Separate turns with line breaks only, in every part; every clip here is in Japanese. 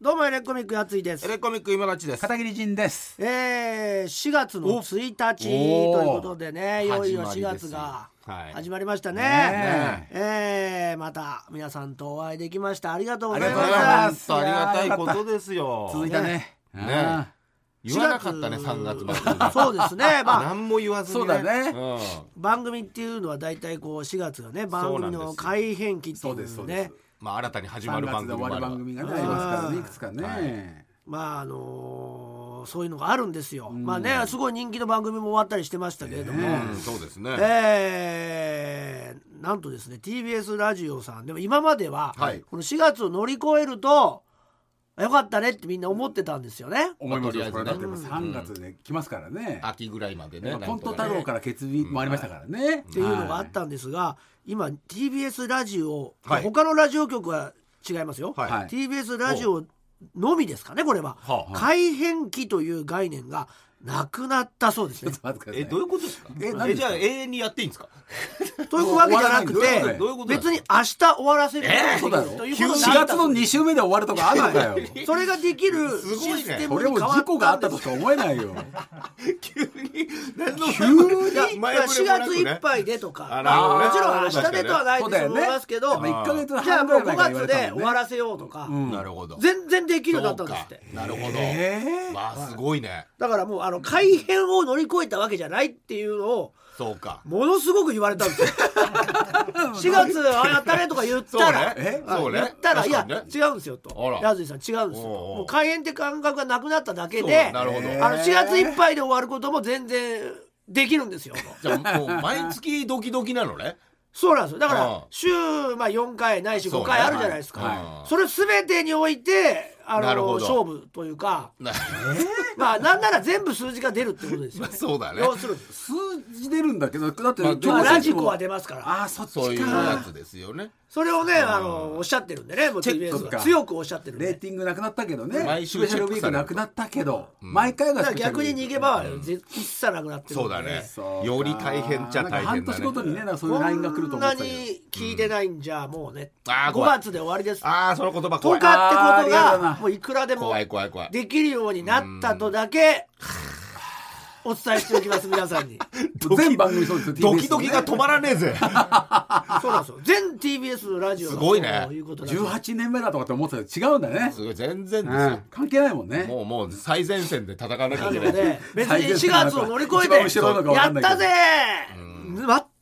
どうもエレコミックやついです
エレコミック今立ちです
片桐仁です
えー、4月の1日と
お
いうことでねいよいよ4
始まりです
月
よ
が
はい
始まりましたね,、
ね
えーまた皆さんとお会いできましたありがとうござい
ありがとうござい
ま
ますす
本当ありがたいことですよ
続いたね
ね
うん
言わなかったね3月ま で
そうです ねまあ
何も言わずに
そうだね
うん
番組っていうのは大体こう4月がね番組の改編期ってい
そうですそうう
ね
です
まあ新たに始ま
3
る
月
番
で
組
終
も
わ
あれ
る
ば
番組がねありますから
うん
ねいくつかね
まああのーそういうのがあるんですよ、まあねすごい人気の番組も終わったりしてましたけれども、
うんそうです ね
えーなんとですね TBS ラジオさんでも今までは、
はい
この4月を乗り越えるとあよかったねってみんな思ってたんですよね。
思います
まあ
よ
と
こ
りあえ
れ
ずね
だってもう3月で来ますからね
秋ぐらいまでね
まあコン
な
ト
んとか
太
ね
郎から決意もありましたからねっ
っていうのがあったんですが、今 TBS ラジオ、
はい
他のラジオ局は違いますよ、
はい
はい
TBS ラジオのみですかねこれは、
はあはあ
改変期という概念がなくなったそう ですね。
待ってください
えどういうことですか
え何
えじゃあ永遠にやっていいんですか
というわけじゃなく
終わらない
て
どういうこと
別に明日終わらせるこ
そ
と
うだ
が
ろ
できるというこ
急
とに
に
な
4
っ
月
た
の2週目で終わるとかあるのかよ
それができる
すごいね
システ
こ
ム
れ
に
を
変わ
事故
っ
があ
た
っ
んで
た
す
としか思えないよ
急に何の
急に
いやいや4月いっぱいでとか
あ
まあ
な
も
る
ち
ほど
ろん明日でとはないと
そうだよ
思
ね
いますけど、
まあ1ヶ月
じゃあ
半ぐ
もう
らい前
5
から言
月
われたもん
で
ね
終わらせようとか、
なるほど
全然できるようになったんですっ
か
て
なるほど
ええ
まあすごいね
だからもうあの改変を乗り越えたわけじゃないっていうのを
そうか
ものすごく言われたん ですよ4月あやったねとか言ったら
そうね
あ
そうね
言ったら、い
確か
や
にね
違うんですよと
あら
ヤズイさん違うんですよと
おうおう
もう改変って感覚がなくなっただけ
そ
で
うなるほど
あの4月いっぱいで終わることも全然できるんですよと
じゃあもう毎月ドキドキなのね
そうなんですよだか
う
ら
ん
週、まあ、4回ないし5回
そ
あ
うね
るじゃないですかそ,、
はい
れ全てにおいてあ
なる
の
ほど
勝負というか
な
まあなんなら全部数字が出るってことですよ、ね
そうだね
要するに、
数字出るんだけどだって
まあ
まあ、
そう
ラジコは出ますから
ああそっ
そう
ち
いうや
か
つですよね
それをねあのおっしゃってるんでねもう
チェック
TBS
と
が
か
強くおっしゃってるん
レー
で
ティングなくなったけどね
毎
ス
週
ペシ
チ
ャ
ェッ
ルウ
ク
ィー
され
ク
る
なくなったけど毎回が
だか
ス
ら
ペシャルウ
逆
ィーク
に逃げ場はぜ一切なくなってるんで
そうだね
そうか
より大変っちゃ大変だ
なん
ね
か半年ごとにねなんかそういう
こ
ラインが来ると
ん
思っ
な
てたけど
に聞いてないんじゃもうね、
あー
5
怖い
月で終わりですと
ああその言葉
か
怖
ってこ
い
と
あーリアル
が
だな
もういくらでも
怖い怖い怖い
できるようになったとだけお伝えしておきます皆さんに
全番組そうですよ
ドキドキが止まらねえぜ
そうなんですよ全 TBS のラジオの
すごいね
ということなんです
18年目だとかって思ってたけど違うんだね
すごい全然です
うん
よ
関係ないもんね
もうもう最前線で戦わなきゃ
ない
け
の
ない
で別に4月を乗り越え
一番後ろなの
て
かわ
や
か
っ
んないけ
た
ど
ぜ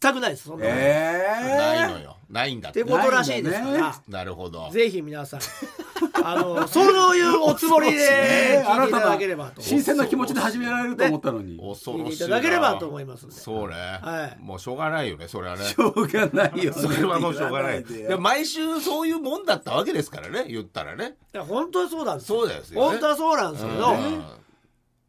全くないですそんなのっ
え
ないのよないんだってて
ことらしいですか
ないんだ
ら
なるほど
ぜひ皆さんあのそういうおつもりで聞
え
い
新
ていた
た
だ
な
ければと
新鮮な気持ちで始められると思ったのにし
恐ろしい
聞いていただければと思いますんで
そうね、
はい
もうしょうがないよねそれはね
ょうがないよ
それはもうしょうがない
言わで
で
よ
毎週そういうもんだったわけですからね言ったらね
いや本当はそうなんですよ
そうですよね
本当はそうなんですけど
うん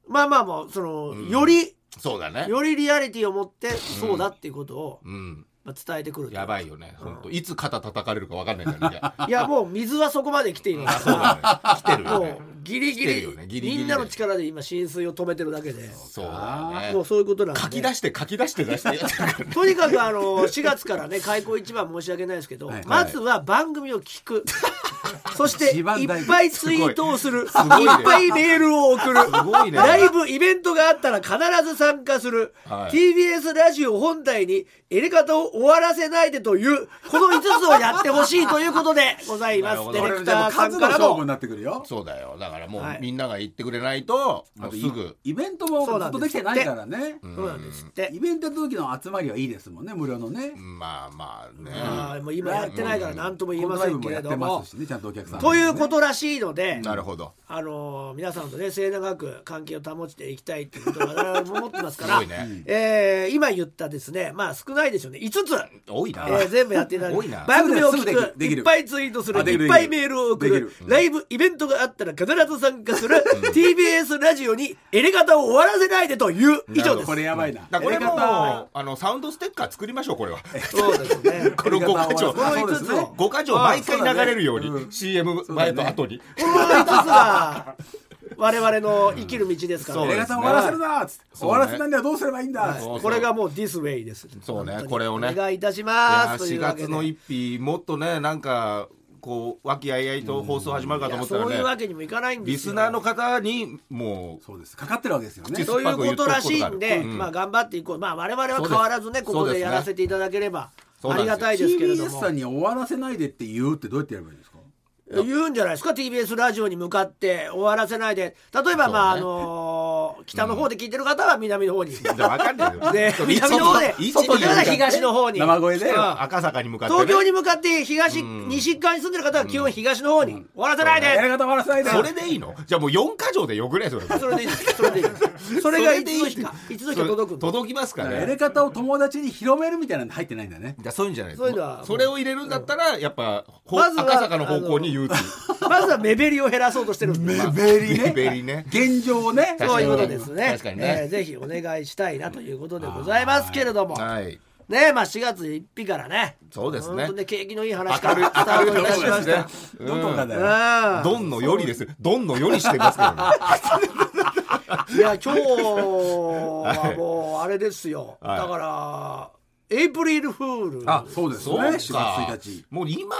まあまあまあそのより
そうだね
よりリアリティを持ってそうだっていうことを
うん
まあ伝えてくると
やばいよね本当いつ肩叩かれるかわかんないからね
いやもう水はそこまで来ている
そうだね来てるよ
も
ね
うギリギ
来てるよねギ
リ
リギリで
みんなの力で今浸水を止めてるだけで
そうだ
も
よ
う
ね
そういうことなんで
書き出して書き出して出してやってるからね
とにかくあの4月からね開口一番申し訳ないですけど、
いはい
まずは番組を聞くそしてい
一番大事
っぱいツイートをするいっ
ごいね
ぱいメールを送る
すごいね
ライブイベントがあったら必ず参加する、
はい
TBS ラジオ本体にエレカタを終わらせないでというこの5つをやってほしいということでございま
なる
す
ほ
デ
ど
ィレク
これ
タ
でも
ーさん
数の
から
勝負
の
になってくるよ
そうだよだからも
はいう
みんなが言ってくれないとも
あ
う
と
す
い
ぐ
イベントもずっとできてないからね
そうなんですって
イベントの時の集まりはいいですもんね無料のね
まあまあね
あーもう今やってないから何とも言え
コン
ま
トラ
せ
イブ
んけ
もや
れ
って
ど
ま
も
すしねちゃんとお客さん
ということらしいので、
なるほど
あのー皆さんとね末永く関係を保っていきたいっていうことを我々も思ってますから
すごいねうん
えー今言ったですねまあ少ないでしょうね5つ、
多い
え
な
ー全部やっていただい
多
て
いな
番組を聞
すぐでき
く
るでき
い
る
っぱいツイートする
あでき
い
る
っぱいメールを送る
できる
ライブイベントがあったら必ず参加する TBS ラジオにエレガタを終わらせないでという以上です
これやばいな
だからこれ
やり方
もあのサウンドステッカー作りましょうこれは
そうですね
この5か条
やり方は
この5つを
5か条毎回流れるように CM 前と後に
この5つが我々の生きる道ですから
そう
や
で
り
す
ね
方終わらせるなっつって終わらせないにはどうすればいいんだっつって
そうそう
これがもうディスウェイです
そうね
本当に
これをね
お願いいたし
い
ます
や
とい
4
うわけで
月の一日もっとねなんかこう和気あいあいと放送始まるかと思ったら
そういう
ね
わけにもいかないんですよ
リスナーの方にも
そうですかかってるわけですよね
口
そ
そういうことらしいんで、
うん
まあ頑張っていこう。まあ我々は変わらずね、こ
そ
こ
うです
でやらせていただければありがたいですけれど
TBS
も
さん。に終わらせないでって言うってどうやってやればいいんですか
言うんじゃないですか TBS ラジオに向かって終わらせないで例えば、まああ
そうね
のー北の方で聞いてる方は南の方に、
うわかんないよ
で南の方で
一
外に
一
は東の方に
生声で
うん
赤坂に向かって、ね、
東京に向かって東、西側に住んでる方は基本東の方に、終わらせない
やり
で、
方終わらせないで
それでいいのじゃあもう4か条でよくないそれも
それでいいですそれでいいですそれがいつの日 かいつの日か届くんだ
届きますか
だから
ね
やり方を友達に広めるみたいなの入ってないんだね
じゃあそういうんじゃない
そういうのは
それを入れるんだったらやっぱ、ほ
まずは
赤坂の方向に言うっていう
まずは目減りを減らそうとしてるんです
目減り ね
目減 りね
現状をね
そういうことですね
確かにね
えーぜひお願いしたいなということでございますけれども
はい
ねまあ4月1日からね
そうですね
本当ね景気のいい話か
明るい
らスタート
明る
い
い
たしま
話
し
で
た
すね
どんどんかだよ
うん
どんのよりですどんのよりしてますけ どね
いや今日はもうあれですよ、
はい
だからエイプリルフール
あそうですね
そうか
4月1日
もう今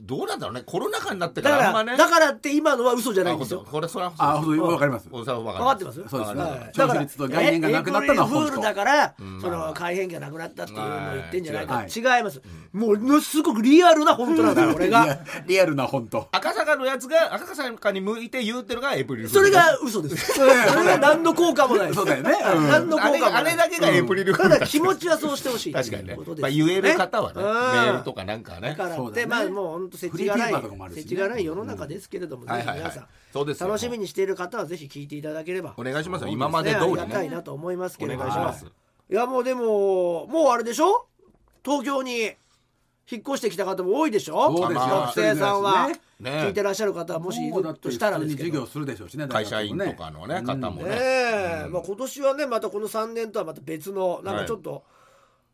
どうなんだろうねコロナ禍になってか
だから
あん
ら、
まね
だからって今のは嘘じゃない
あ
んですよ
これそれは
あほんとわかります
お皿分
分かってますす
そうですね
はい
調子率と概念がなくなったのは
エイ
本
プリルフール
当
だから、その改変期がなくなったっていうのを言ってんじゃないか、
はい
違います、もうすごくリアルな本当なんだ よ俺
リ
が
アリアルな本当
赤坂のやつが赤坂に向いて言うってのがエイプリルフー
そ
ル
れが嘘ですそれが何の効果もないです
そうだよねうん
何の効
あれ
果も
が
な
あ
い
れだけがエイプリルフー
た
ル
だ気持ちはそうしてほしい
確かに
とい
ね
うこと、です
ま
よ
あ、
ね
言える方は
う
ね
ん
メールとかなんかね
だから
そうだ
で
ね
まあもう本当世知がな
フリ
い
ーペーパーとかもあるしね
世知がない世の中ですけれども、
ん
ぜひ
はいはいは
皆
い
さん、
そうですよ
楽しみにしている方はぜひ聞いていただければ
お願いしますよ今まで
ねあ
通り
りがたい
ね
なと思いますけれども
お願いします
いやもうでももうあれでしょ東京に引っ越してきた方も多いでしょ
そうですよ
学生さんは
一人暮らしね
ね
聞いてらっしゃる方はもしい
そうだ
る
って
としたらです
普通
け
に授
ど
業するでしょうしね
会社員とかのね方も
ね
ね
えまあ、今年はねまたこの3年とはまた別のなんかちょっと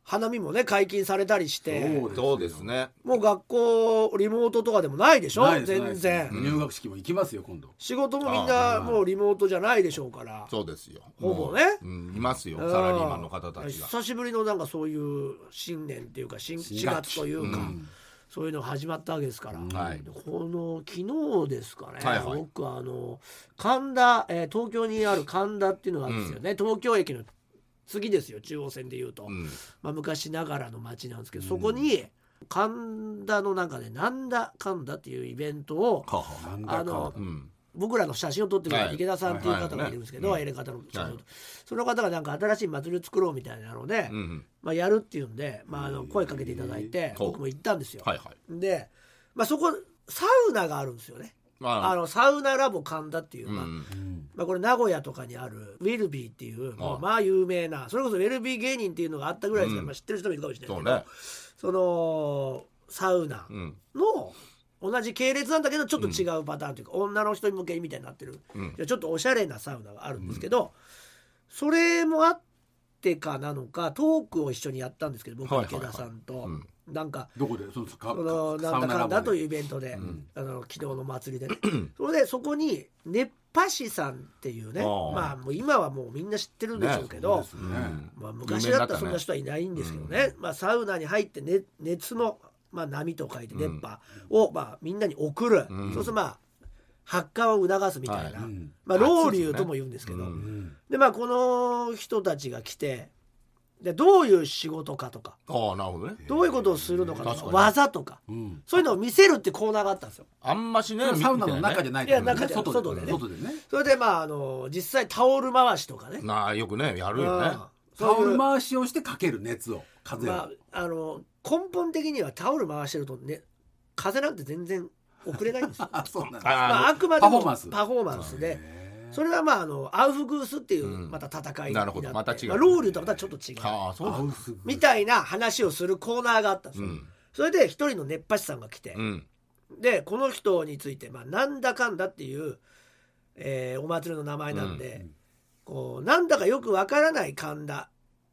花見もね解禁されたりして、
そう
そうですね
もう学校リモートとかでもないでしょ
ないです
全然、
ないです入学式も行きますよ今度
仕事もみんなもうリモートじゃないでしょうから
そうですよ
ほぼ
もう
ね
うんいますよ
うん
サラリーマンの方たちが
久しぶりのなんかそういう新年っていうか新4
新学
月
期
というか、
うん
そういうのが始まったわけですから、
はい
この昨日ですかね、
はいはい
僕あの神田、えー東京にある神田っていうのがあるんですよね、東京駅の次ですよ中央線でいうと、
うん
まあ、昔ながらの町なんですけど、そこに神田の中で「なんだかんだ」っていうイベントを
なんだ
あ
かんだ
の
うん
僕らの写真を撮ってくれた
はい
池田さんっていう方がいるんですけど、
はい
エレ方の写真を
はい
その方がなんか新しい祭りを作ろうみたいなので、
うん
まあ、やるっていうんで、まあ、あの声かけていただいて
ほう
僕も行ったんですよ。
はいはい
で、まあ、そこサウナがあるんですよね。
ま
あのサウナラボ神田っていう、まあ
うん
まあ、これ名古屋とかにあるウェルビーっていうもうまあ有名なそれこそウェルビー芸人っていうのがあったぐらいですから、
うん
まあ、知ってる人もいるかもしれないけ
そう
ど
ね
そのサウナ
うん
の同じ系列なんだけどちょっと違うパターンというか、女の人向けみたいになってる、
うん
ちょっとおしゃれなサウナがあるんですけど、それもあってかなのかトークを一緒にやったんですけど僕
はいはい
池
はい
田さんと、
うん
なんか。
どこでそのか
そのなんだ
サウナ
か
ラ
ん
ボ
だと
で
いうイベントで、あの昨日の祭りでねそれでそこに熱波師さんっていうね
ああ
まあもう今はもうみんな知ってるんでしょうけど、
ねそうですね
まあ、昔だったらそんな人はいないんですけどね、まあ、サウナに入って、ね、熱の、まあ、波と書いて熱波を、まあ、みんなに送る、
うん
そうするとまあ発汗を促すみたいな、
はい
うん
まあ、老流とも言うんですけど、
う
うんん
でまあ、この人たちが来てでどういう仕事かとか
ああなるほどね
どういうことをするのかと
確
か
かに
技とか
うん
そういうのを見せるってコーナーがあったんですよ。
あんましね
それはサウナの中
で
じゃない
いや中じゃない
外で
外
外でね
それでまああの実際タオル回しとかね。
なあよくねやるよ
うん
ね
そ
タオ
ういう
ル回しをしてかける熱を風を、
まあ、あの根本的にはタオル回してるとね風なんて全然遅れないんですよ
。あそうなんだ
まあ、
あ
あくまでも
パフォーマンス
パフォーマンスで
へー
それはまああのアウフグースっていう
うん
また戦いにな
な
っ
る
て、
ほどまた違う
まあ、ロールとはまたちょっと違う
あああそう
あ
だ
うすぐ
みたいな話をするコーナーがあったんです
う
よ、
ん
それで一人の熱波師さんが来て
う、ん
でこの人について、まあ、なんだかんだっていう、えーお祭りの名前なんで、こうなんだかよくわからない神田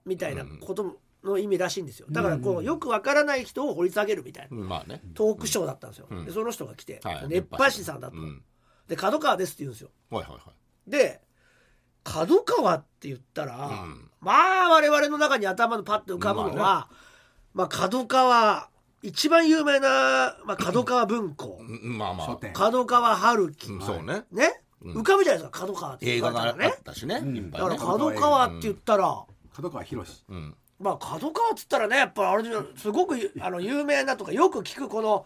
みたいなことの意味らしいんですよだからこうよくわからない人を掘り下げるみたいな。
うんまあね
トークショーだったんですよ、
うん
でその人が来て、
はい
熱波師さんだと、
うん
で角川ですって言うんですよ
はいはいはい
で角川って言ったら、
うん
まあ我々の中に頭のパッと浮かぶのは、まあ角川一番有名な、まあ、角川文庫、
うんまあま
書
あ、
店
角川春樹、
うんそうね
ね、
うん
浮かぶじゃないですか角川って
映
言わ
画
れた
があ
らね
ったしね、
うん
いっぱ
だ
い
から
ね
角川って言ったら、
角川博士
うん
まあ角川っつったらねやっぱあれじゃすごくあの有名なとかよく聞くこの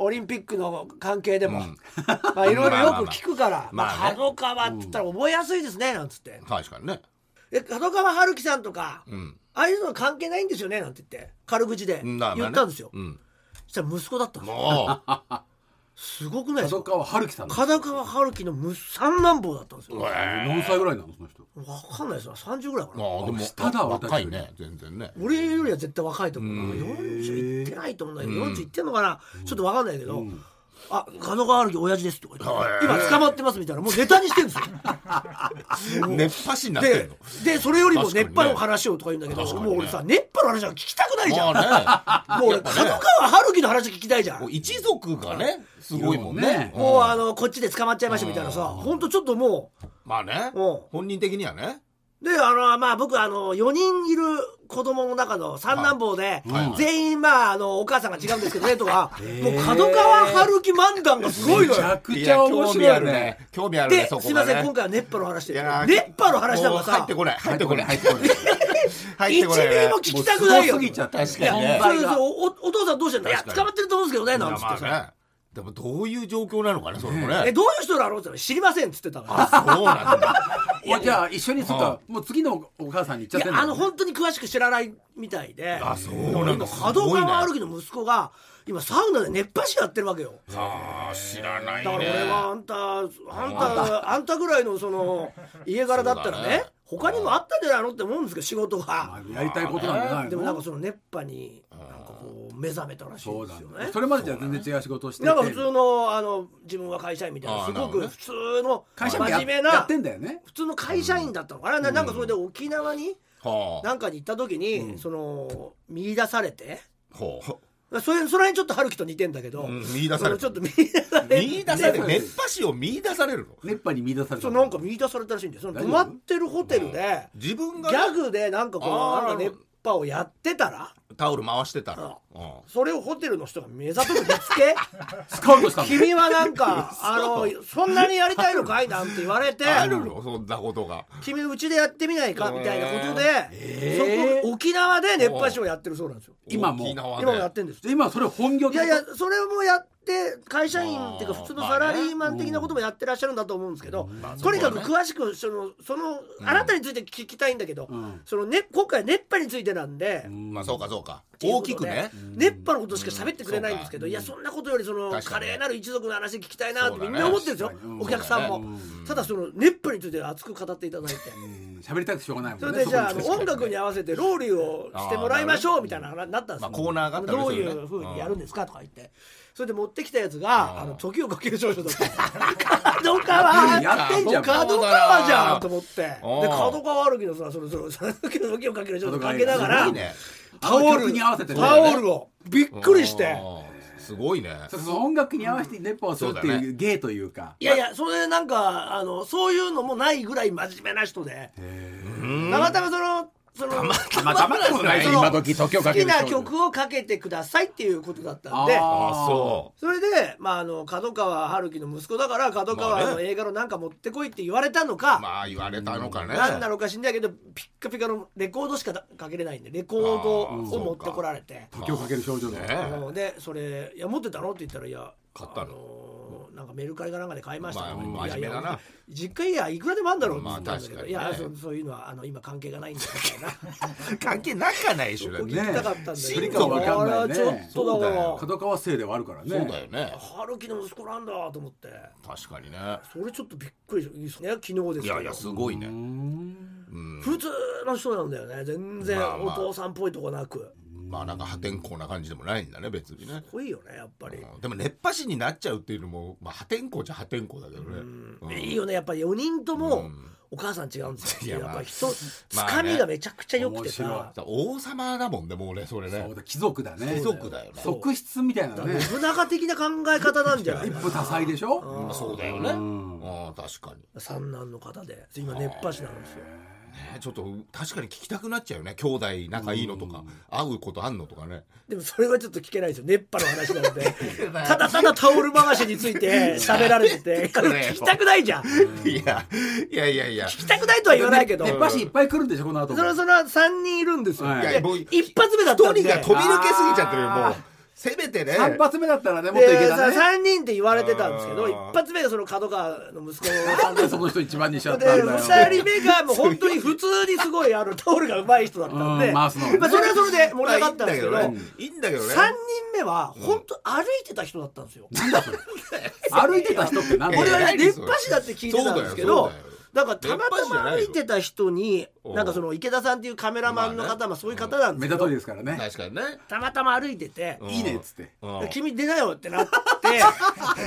オリンピックの関係でも、
うん
まあいろいろ
まあま
よ
あまあ
く聞くから「ま
まあ
あ
ね
角川」って言ったら覚えやすいですねなんつって
確かにね
「で角川春樹さんとか
うん
ああいうの関係ないんですよね」なんて言って軽口で
うんだからま
言
あ
っ
ね
たんですよ、
うん
そしたら息子だったんですよ
も
すごくないです
角
か
川春樹さんです
角川春樹の息子三男坊だったんですよ
ううわ
わ
何歳ぐらいなのその人
かんないですよ30ぐらいか
ま
な
あでも
下だ俺たち
若いね全然ね
俺よりは絶対若いと思うな
うん
40いってないと思うんだけど
うん
40いってんのかなちょっとわかんないけど、
うん
あ、角川春樹親父ですとか言って、
へー
今捕まってますみたいな、もうネタにしてるんですよ。
熱波師に なってん
で
の、
で、それよりも
確かに
熱
ね
波の話をとか言うんだけど、
確かに
も
ね
う俺さ、熱波の話は聞きたくないじゃん。
まあね
もう俺、
やっぱ
角
ね
川春樹の話聞きたいじゃん。
もう
も
一族がねすごいもんね
ね
うん
うあの、こっちで捕まっちゃいましたみたいなさ、
うん
ほんとちょっとも
まあね
う、うん。
本人的にはね
で、あの、まあ僕、あの、4人いる子供の中の三男坊で、
はいはい
全員、まあ、あの、お母さんが違うんですけどね、とか、
へー
もう角川春樹漫談がすごい
め
の
ち
よ。
ゃくちゃ面
いや興味
白
あ
い
る
ね
ね興味あるね
で、
そ
す
こ
い
が
ま
ね
せん、今回は熱波の話で
い
す。熱
やー
波の話だからさ、
もう入ってこない入ってこない
入ってこない
入っ
一
てこないね
ミリも聞きたくないよ。
もうすごすぎちゃって
確かにね
そうそうおおお父さんどうしてんのいや
確かに
捕まってると思うんですけどねなんつっ
ま
て
あ
さ
ねでもどういう状況なのかねそれも
え
ね
どういう人だろうって言ったら知りませんっつってたか
そうなんだ
おじゃあ一緒にそっかもう次のお母さんに行っちゃ
らい
ってん
やあの本当に詳しく知らないみたいで
あそうなんだすごいね
角川春樹の息子が今サウナで熱波師やってるわけよ
あー知らな
だ
い
から
ね
俺はあんたあんたあんたぐらいのその家柄だったら
そう
ね
だね
他にもあったんじゃないのって思うんですけど仕事が
やりたいことなんじゃないの
でもなんかその熱波になんかこう目覚めたらしいん
そう
で
だ
すよ
ね
ね
それまでじゃ全然違う仕事をしてて
なんか普通のあの自分は会社員みたいな
あー
すご
な
く
るほどね
普通の
会社
真
もや
面目
やっ
な
てんだよね
普通の会社員だったのかな、ななんかそれで沖縄に
はあ
何かに行った時に、その見出されて
ほう
それその辺ちょっと春樹と似てんだけど、
うん見出され
その
る
ちょっと見出され
見出される熱波師を見出されるの
熱波に見出され
そ
た
うなんか見出されたらしいんでその
大丈
泊
夫
まってるホテルで、
自分
ギャ
がね
グでなんかこう
あ
な
ー
んか熱波をやってたら
タオル回してたら
う
うん
それをホテルの人が目ざとく見つけ
スカウトしたの
君はなんかあのそんなにやりたいのかいなんて言われて
あるのそんなことが
君うちでやってみないかみたいなことで、
えー
そこ沖縄で熱波師をやってるそうなんですよ
今も
沖縄で
今もやってるんです
今はそれ本業
いやいやそれもやって会社員っていうか普通のサラリーマン的なこともやってらっしゃるんだと思うんですけど、
あ
とにかく
そこ
詳しくそのその、あなたについて聞きたいんだけど、
うん
そのね、今回熱波についてなんで、
まあそうかそうか
っていう
大
ことで
きくね
熱波のことしか喋ってくれないんですけど、
うん
いやそんなことよりその、
確
華
かにね
麗なる一族の話聞きたいなってみんな
そうだね
思ってるんですよ、
確かにうん
お客さんも、
そうだね
ただその熱波について熱く語っていた だいて。
うん喋りたくてしょうがないもん
そ
ね
れでじゃああ
そ
の
こ
音楽に合わせてローリーをしてもらいましょうみたいな話になったんです
ま
よ、
あコーナーがあったり
ど
す
うい
るよね
うふうにやるんですかとか言ってそれで持ってきたやつが「あの時をかける少女」だったんですよ角川
やってんじゃん
角川じゃんと思ってで
うん
角川歩きのさそれそれそれ時をかける少女かけなが
す
ら
ごいね
タオル
曲に合わせてね
タオルをびっくりして
うんすごいね
そうそう音楽に合わせて熱波をするって
そうだ
い
ね
う芸というか
いやいやそれでなんかあのそういうのもないぐらい真面目な人でたまたまそのその
たまたまだよね
その
今
時時を
好
かけ
き
る
な
少女
曲をかけてくださいっていうことだったんで
あー
あそ
それで、まあ、あの角川春樹の息子だから角川
まあ
の
ね
映画のなんか持ってこいって言われたの
う
か、
まあ言われたのかね
何なのか知んないけどピッカピカのレコードしかかけれないんでレコードを持ってこられて
時をかける少女の
あ
ね
のでそれ「いや持ってたの?」って言ったら「いや
買ったの
あのーなんかメルカリかなんかで買いました」
まあ
いや
真面目だない
や実家いやいくらでもあるんだろう」って言ったんだけど「
まあ
い
確かにね
やそそういうのはあの今関係がないんだ」みたいな。
関係なかないでしょだって
聞きたかったんだ
そ
け
れか
ど、
わかんな
あれは
い
ちょ
ね
っとだか
そ
ら
う
角川生ではあるからね
そうだよね
春樹の息子なんだと思って
確かにね
それちょっとびっくりしたいいですね昨日ですけど
いやいやすごいう
ー
ね
ん
うん
普通の人なんだよね全然
まあまあ
お父さんっぽいとこなく、
まあなんか破天荒な感じでもないんだね別にね
濃いよねやっぱり、
うんでも熱波師になっちゃうっていうのもまあ破天荒じゃ破天荒だけどねうん
いいよねやっぱり4人と
う
も
ん
お母さん違うんですよ、
い
や
やま
っ
あ
ぱ人、
まあ
つかみ
ね
がめちゃくちゃ良くてさ、
面
王様だもんねもうねそれね
そうだ貴族だね
貴族だよね
側室みたいなね
信長的な考え方なんじゃない
一
か
夫多妻でしょ
まあそうだよね
ん
うん確かに
三男の方で今熱波師なんですよ
ねちょっと確かに聞きたくなっちゃうよね兄弟仲いいのとか会うことあんのとかね
でもそれはちょっと聞けないですよ熱波の話なんでただただタオル回しについて喋られてて
これ
聞きたくないじゃん聞
いやいやいやいや
きたくないとは言わないけど
ね
そ
バシいっぱい来るんでしょこの後も
ろそろ3人いるんですよ
はい
いや
で
もう
一発目だったんで
一人が飛び抜けすぎちゃってるよも
あ
う
ー
せめてね
三発目だったらねもっといけ
でさ
たね
3人って言われてたんですけど
うん
一発目がその角川の息子
なんでその人一番にしちゃったんだ
で
よ
2人目がもう本当に普通にすごいあのタオルがうまい人だったんで、
うん
まあ、
回す
そ
のね
れはそれで盛り上がったんですけど,、
まあ
三
いいんだけどねいいんだけど
3
ね
人目は本当歩いてた人だったんですよ。
歩いてた人ってなん
いやい
だよ
俺
や
はね
何
熱波師だって聞いてたんですけ
そう
ど
だよそうだよ
だからたま
熱波師じ
たま
ゃない
歩
よ
いてた人に
うん
なんかその池田さんっていうカメラマンの
まあ
方
ね
もそういう方なんで
目
すけ
立
ど、
たりですからね
確かにね
たまたま歩いてて
うん
いいねっつって
う
「
ん
君出なよ」ってなって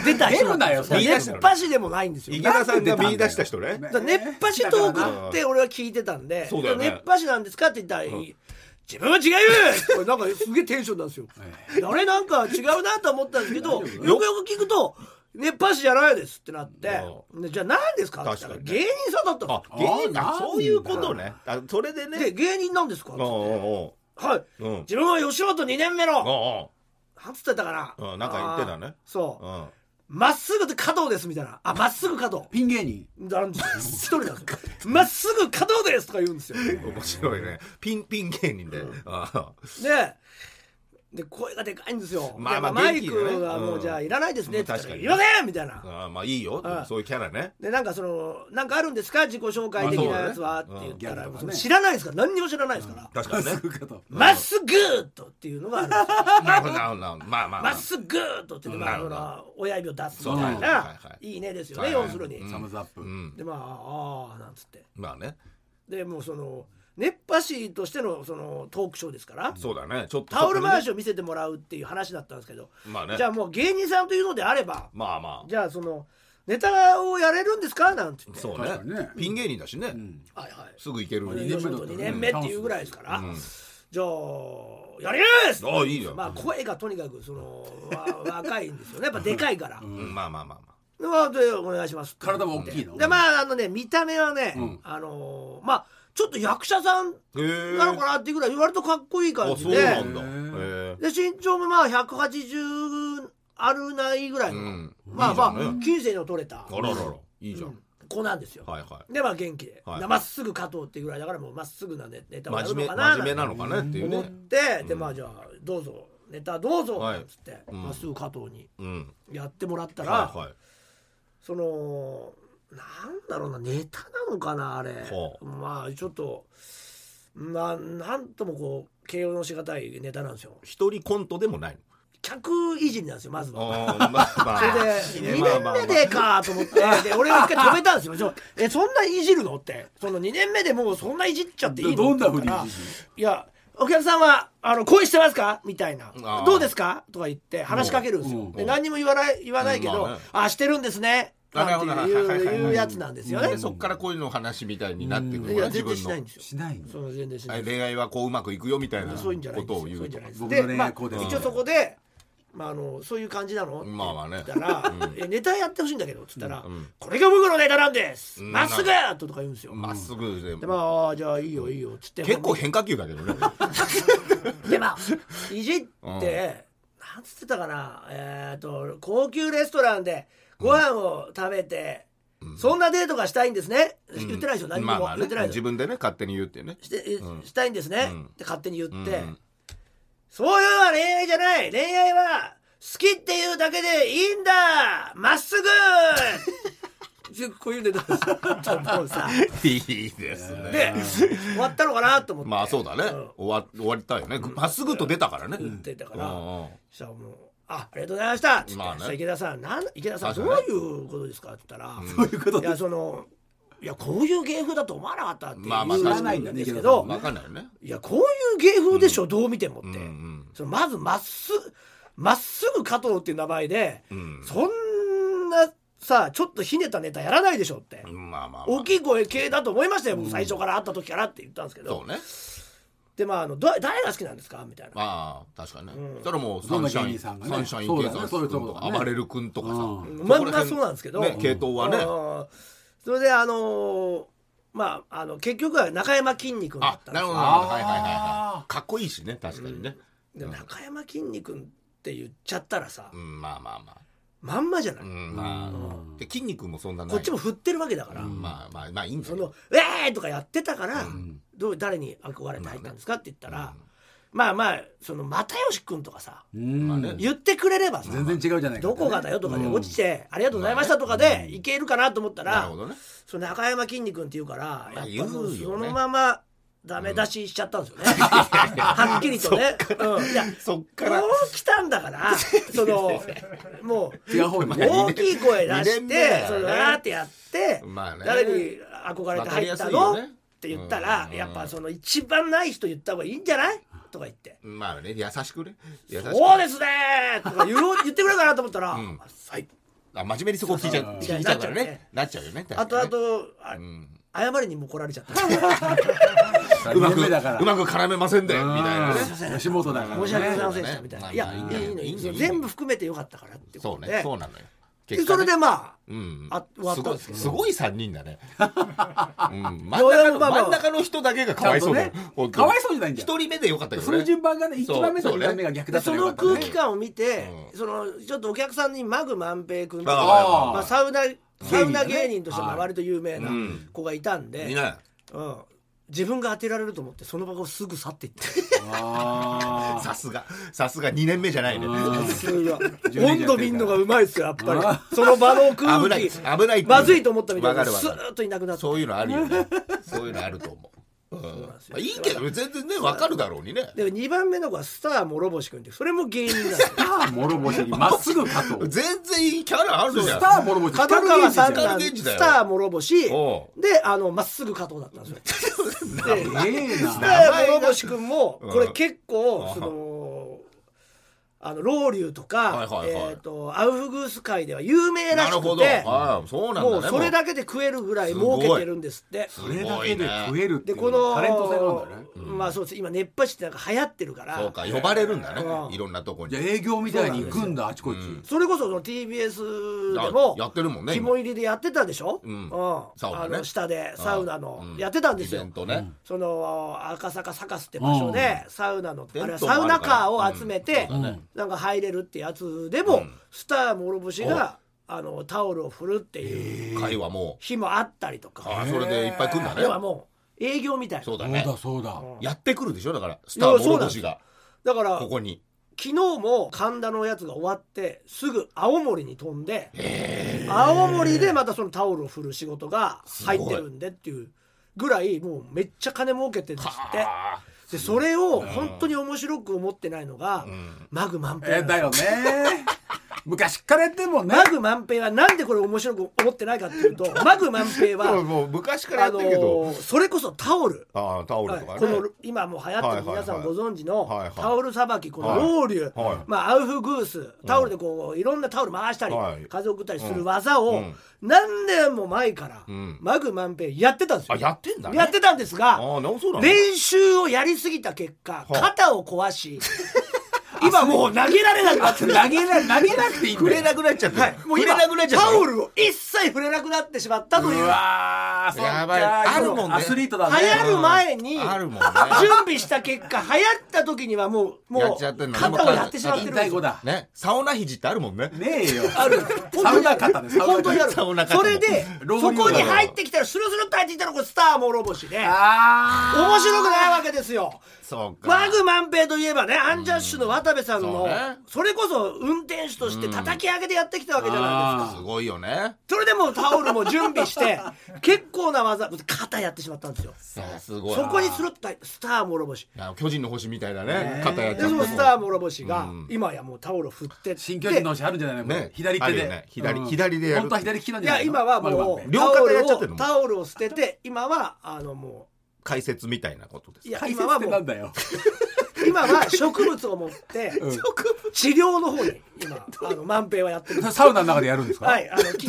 出た人ったんです
出るなよ
熱波師でもないんですよ。
池田さんが見出した人ね
だから熱波師トークって俺は聞いてたんで「
そうだよね
熱波師なんですか?」って言ったら「自分は違う!」これなんかすげえテンションなんですよ。 あれなんか違うなと思ったんですけどよくよく聞くと「熱波師じゃないです」ってなって「でじゃあ何ですか?」って言ったら「
確かに
芸人さんだった
あ
の」
芸人
あ
あ
ー
そういうことねあそれで
で「
ね
芸人なんですか?」
うんうんうん
はい、
うん
自分は吉本2年目
うん
の
うん
なんつってたかな、
うんなんか言ってたね
あーそう
うん
まっすぐと加藤ですみたいなあまっすぐ加藤
ピン芸人
なんですよ一人なん ですよまっすぐ加藤ですとか言うんですよ
面白いねピンピン芸人であー
でで声がでかいんですよ、
まあまあ
でマイ
元気でね
クがもう
うん
じゃあいらないですねって言ったら「
うん
い
確
り
か
ま
に
せん!」みたいな、
あーまあいいよ
うん
そういうキャラね
でなんかそのなんかあるんですか自己紹介的なやつは、
まあ
って言ったら、
うん
その知らないですから何にも知らないですから
確かにね
すぐかと
「まっすぐーっと」っていうのがあるんですよ
なるほどなるほどまあまあ
まっすぐーっとって言って、まあ、
なる
ほ
ほど
ら親指を出す
そう
みたい
はいはい
な
は
「いいね」ですよ
は
ね
いはい
要するに、
うん
サムズアップ
うん
でまあああなんつって
まあね
でもうその熱波師としてのそのトークショーですから
そうだねちょっと
タオル回
し
しを見せてもらうっていう話だったんですけど、
まあね
じゃあもう芸人さんというのであれば
まあま
じゃあそのネタをやれるんですかなんて言
あ
って
そう
確かに
ね
ね
ピン芸人だしね
うん
はいはい
すぐ行ける
まあ二
吉
年目
本
だった
2
ら
年目っていうぐらいですから、
うん
じゃあやります
ああいいじゃん
まあ声がとにかくそ のわ若いんですよねやっぱでかいから、
うんまあまあまあまあ
でまあでお願いしますって
体も大きいの
でまああのね見た目はね、
うん
あのーまあちょっと役者さん
へえ
なのかなっていうぐらい割とかっこいい感
あ
じ
そう
で
なんだ
ね
へ
で
え
身長もまあ180あるないぐらいの、
うん
まあま
いいじゃ
あ
んね
近世の取れた
あらららいいじゃん
子なんですよ、
はいは
でまあ元気で、
はい
でまっすぐ加藤っていうぐらいだからもうまっすぐなネネタをや
い
る
真
の
面
か
目
な
真面目なのかねっていう
思っ
ね
て、でまあじゃあどうぞネタどうぞ
はい
っつって、
ん
まっすぐ加藤に
うん
やってもらったら、
はいはい
そのなんだろうなネタなのかなあれ、
はあ
まあちょっとななんともこう形容のしがたいネタなんですよ
一人コントでもないの
客維持なんですよまずは。
あーまあま
それ
あ
で
まあ
2
まあ
年目でかと思 ってで俺は一回止めたんですよちょ「えそんないじるの?」ってその2年目でもうそんないじっちゃっていいの
どんな
って言ったら
ふうにいじる
いやお客さんはあの恋してますか?」みたいな「
あー
どうですか?」とか言って話しかけるんです
う
よ
ん
で何にも言わない言わないけど「
うんま
あ
あね
してるんですね」
あ
なん
な
て
るほどはいはいはいいう
いうやつなんですよね
で。そっからこういうの話みたいになってく
い
るか
や
ら
全然
自分
しないん
の
ですよ。
しないの
その全然しない
あ恋愛はこううまくいくよみたいな
そういうんじゃない
こ
ん
と
です
を
よ
言
そういう
うん
じゃないです
と
僕の恋
まあ
愛こうです
一応そこで、まあ、あのそういう感じなの、
まあまあね
って言ったら、えネタやってほしいんだけどっつったら、
ん
これが僕のネタなんです
うん
まっすぐやととか言うんですよ、
まっすぐで
でまああーじゃあいいよいいよっつって
結構変化球だけどね
で まあいじって、
うん
なんつってたかなえー、と高級レストランでご飯を食べて、そんなデートがしたいんですね、 言ってないですよ何にも、
まあまあ
言
ね
ってないです
自分でね勝手に言うっていうね
してえしたいんですね、
うん
って勝手に言って、
うん
そういうのは恋愛じゃない恋愛は好きっていうだけでいいんだまっすぐ ちょこういうネタですちょっともうさ
いいですね
で終わったのかなと思って
まあそうだね
ん
終わ終わりたいよねまっすぐと出たからね
言ってたから、
うんうん
そしたらもう「あありがとうございました」っつって、
まあ
そ
ね
したら池田さんなん「池田さんどう
確かにね
いうことですか?」って言ったら「
そういう こと
いやそのいやこういう芸風だと思わなかった」って
まあまあ
言う
確かに
んですけ
そ
ど
う
わかんないよね
いやこういう芸風でしょ、どう見てもって、
ん
そのまずまっすぐまっすぐ加藤っていう名前で、
ん
そんなさちょっとひねったネタやらないでしょって、
まあまあまあ
大きい声系だと思いましたよ僕最初から会った時からって言ったんですけど、
そうね
でまああのど誰が好きなんですかみたいな。
ああ確かにねそしたらもうサ
どん
ン
な
シャイ
芸
ン
人
サ
さんがね
ンシャイン池田
そうだねそう
君
いうとことだ
か
ね
暴れる君とかさ
うん
そこら
まあ
辺
まあそうなんですけど
ね系統はね
あーそれであのーまああの結局は中山きんに君だ
あ
ったんで
な
す
るほ
よ
ど
あー
はいはいはいはいかっこいいしね確かにね
でも中山きんに君って言っちゃったらさ、
うん、まあまあまあ
まんまじゃない、
うんまあで筋肉もそんなない
こっちも振ってるわけだから、
うんまあまあまあいいんだ
そ
よ
の「えー!」とかやってたから、
ん
どう誰に憧れて入ったんですかって言ったら、まあまあその又吉君とかさ
うん
まあね
言ってくれればさ
全然違うじゃないか
どこがだよとかで
うん
落ちて「ありがとうございました」とかでいけるかなと思った
なる
ら、
ほどね
その中山きんに君っていうから
まあ
やっぱもう
言うよ
そ
ね
のままダメ出ししちゃったん ですよね、はっきりとね。うん、いや
そっ
こう来たんだ から、その、もう、
違う方にね
大きい声出し
二年目だ
て
よ、ね
そのわーってやって、
まあね
誰に憧れて入った
わ
の、
かりやすいよね
って言ったら、
うん
やっぱその一番ない人言った方がいいんじゃないとか言って。
まあね優しくね優しく
そうですねーとか言おう言ってくれるかなと思ったら、
ん
はい。
あ真面目にそこ聞いちゃ
そううそう
聞いちゃうか
なっちゃ
ら
うね
ねなっちゃうよね
あ
確
と
か
あ
にね
と、あ
うん
謝りにも来られち ゃった。
うま
二年
く
目だから
うまく絡めませんでみたいなね
うん吉本だからね
申し訳ございませんでした、みたい
ま
な。
あ
いや、
まあいいん
い
だよ
いのいい
いいんだ
の
よ
全部含めてよかったからって
そ
こ
う
とで。
ねそうなのよ
でそれで
ね
まあ、
うん
あ終わったんですけど
すごい三人 だねうん真
い
ん
やいや
中
ま
の
あまあ
真ん中の人だけがかわいそうだよ
ちゃんとね
本当
か
に
わいそうじゃないんだよ
一人目でよかったけどね
その順番がね
そう
1番目と
そう
2
ね
番目が逆だ
で
った
そ
らよ
の
かった
空
ね
気感を見て、
う
そのちょっとお客さんにマグ万平君と
あ
か、
あ
まあ、サウナサウナ芸人としても割と有名な
うん
子がいたんで、
いない
うん自分が当てられると思ってその場をすぐ去っていって
あ
さすがさすが2年目じゃないね
ー
温度見んのがうまいっすよやっぱりその場の空
危ない
気
危ないっていう
まずいと思ったみたい
わ
な
かるわ
ス
かる
ーッといなくなって
そういうのあるよねそういうのあると思う、うん
うなん
ま
ですよ
あ、いいけど全然ねわかるだろうにね
で2番目の子はスター諸星君ってそれも芸人なんですよ
諸星にまっすぐ加藤
全然いいキャラあるじゃ
ス
ん
ター諸星
角川さん
光
なん
源氏だ
ス
よ
ター諸星
お
であのまっすぐ加藤だったんですよ
ええ
ス
な
ター諸星君もこれ結構そのあのロウリュと
は
か
いはいはい
えっとアウフグース界では有名ら
な
し
るほ
く
ど
て
ああそうなんだね
もうそれだけで食えるぐらい儲けてるんですって
す
そ
ごい
れ
ね
だけで食えるってい
で
う
この
タレント性なんだね
まあそうです今熱波師ってなんか流行ってるから
そうか呼ばれるんだ
うん
ねいろんなとこ
じ
に
ゃあ営業みたいに行くんだあちこち
それこそその TBS
あ
でも
やってるもんね今
肝入りでやってたでしょ
うんサウナ
あ
ね
の下でサウナの
うん
やってたんです
イ
よ
ベントね、
その赤坂サカスって場所でサウナのあれは
伝
サ
統
ウ
もあ
ナ
るから
カーを集めて
うんそうだね
なんか入れるってやつでもスター諸星があのタオルを振るっていう
会はも
日もあったりと
うあ
か
あそれでいっぱい来るんだね
要はもう営業みたい
そう
な
だ
そう
ね
だそうだ
やってくるでしょだからスター
そう
諸
なんです
星が
だから
こ
昨
こに
日も神田のやつが終わってすぐ青森に飛んで青森でまたそのタオルを振る仕事が入ってるんでっていうぐらいもうめっちゃ金儲けてるんですって。
あ
でそれを本当に面白く思ってないのが、マグ満平
え
なんです
だ
よ
よね昔からやってんもんね
マグ満平はなんでこれ面白く思ってないかっていう とマグ満平
あもう
は
もう昔からや
あ
って
の
るけど、
ーそれこそタオル。
ああタオルとかね、
この今もう流行ってる皆さん
はい
ご
はい
存知の
はいはい
タオルさばきこの
はい
ロウリュ
はい
まあアウフグースタオルでこういろんなタオル回したり
はい
風を送ったりする技を
ん
何年も前から
ん
マグ満平やってたんですよ
あやってんだね
やってたんですが
ああなおそうなんだ
練習をやりすぎた結果
い
肩を壊し今もう投げられなくなって
投
る
げな投げなくていいん
触
だ
れ
よ
なくなっちゃった、
はい、
もう入れなくなっちゃった
タオルを一切触れなくなってしまったという
うわーそっか
やばいあるもんね
アスリートだね
流行る前に
ある
準
もんね
備した結果流行った時にはもうも
や
う
っちゃってんの
肩をやってしまってる
1
んです
対
よ
5だ
ねサウナ肘ってあるもんね
ねえよ
ある
サウナ肩でサウナ
本当にある
サウナ肩
それで
ロ
そ
ーリュ
こ
ウだ
に入ってきたらスルスルっと入ってきたのがスター諸星で面
あー
白くないわけですよ
そうか
マグマンペイといえばねアンジャッシュの渡部さん
そ
の
うね
それこそ運転手として叩き上げでやってきたわけじゃないですか
すごいよね
それでもうタオルも準備して 結構な技肩やってしまったんですよ
さあすごい
そこにスロットスター諸星
いや巨人の星みたいなね肩やっ
で
ちゃ
そ
って
の
も
スター諸星が
うん
今やもうタオル振ってって
新巨人の星あるんじゃないのこれ
ね
左手
あ
で、
るよね左左でやる
本当は左利きなん
い
じゃな
や
いの
今はも
丸
う
々
両肩やっちゃってるの
タオルをタオルを捨てて今はあのも
解説みたいなことです
ういや
解
今
説
は
って
も
なん
う
だよ
今は植物を持って
ん
治療の方に今あの万平はやってる
それサウナの中でやるんですか、
はいあの木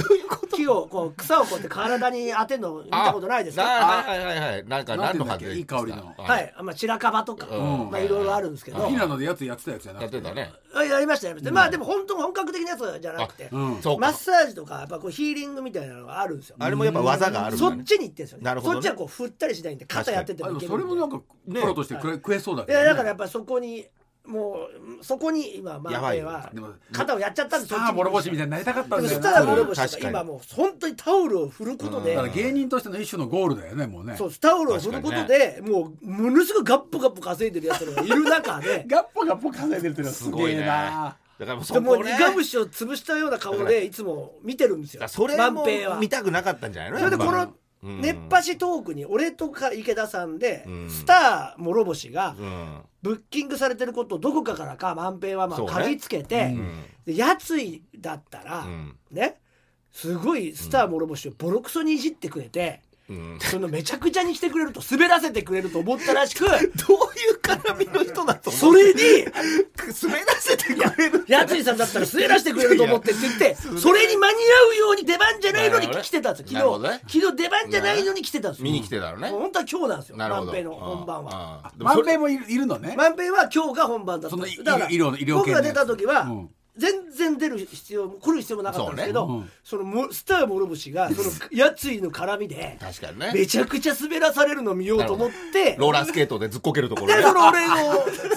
木をこう草をこうやって体に当てるの見たことないです
あ
か
はいはいはいはいなんか
なん
何
て言う
の
んだっ
は
け
ず
いい香りの
はい、まあ、白樺とか、
うん
まあ、いろいろあるんですけど、
フィンランドでやつやってたやつやな
やってたね
あいややりましたやりました、まあでも本当の本格的なやつじゃなくて、
うん
そう
マッ
か
サージとかやっぱこうヒーリングみたいなのがあるんですよ
あれもやっぱ技があるんだ
そ
ね
っちに行ってんですよね
なるほどね
そっちはこう振ったりしないんで肩やってて
あ
も
で
い
も
ける
それもなん
か
かプロとして食え食えそうだ
い
けど
や
ね
だからやっぱそこにもうそこに今マーペは
でも
肩をやっちゃったんで
スター諸星みたいになりたかったんだ
そ
よな
っちにでもス
確
ター諸星
か
と
に
か今もう本当にタオルを振ることで、
うん
だから芸人としての一種のゴールだよねもうね
そうタオルを振ることで、もうものすごいガッポガッポ稼いでるやつらがいる中で
ガッポガッポ稼いでるっていうのはす
すご
げ
い
え
ね
な
だからも うそ
でもう
こね
苦虫を潰したような顔でいつも見てるんです
だ
よ
からそれ
万
も
平は
見たくなかったんじゃないの
それでこ
やっ
の
ぱうん
熱波師トークに俺とか池田さんで、
うん
スター諸星が
うん
ブッキングされてることをどこかからか万平はまあ
そうね
嗅ぎつけて、
うん
でやついだったら、
うん
ねすごいスター諸星をボロクソにいじってくれて、
うん
そのめちゃくちゃにしてくれると滑らせてくれると思ったらしく
どういう絡みの人だと
そ
思う
れに
滑らせてくれる
やついさんだったら滑らしてくれると思ってって言ってそれに間に合うように出番じゃないのに来てたんです
なる
よ
ほどね
昨日昨日出番じゃないのに来てたんですよ
見に来てたのね
もう本当は今日なんですよ
なるほど
万平の本番は
ああでも
万
それ
平もいるいるのね
万平は今日が本番だったんです
その
だから
医療医療
僕
系のや
が
つ
出た時は、
うん
全然出る必要も来る必要もなかったんですけどそ,、
そうねうん
のもスター諸星が そのやついの絡みで
確かにね
めちゃくちゃ滑らされるのを見ようと思って
ローラースケートでずっこけるところ
で
ね
その俺の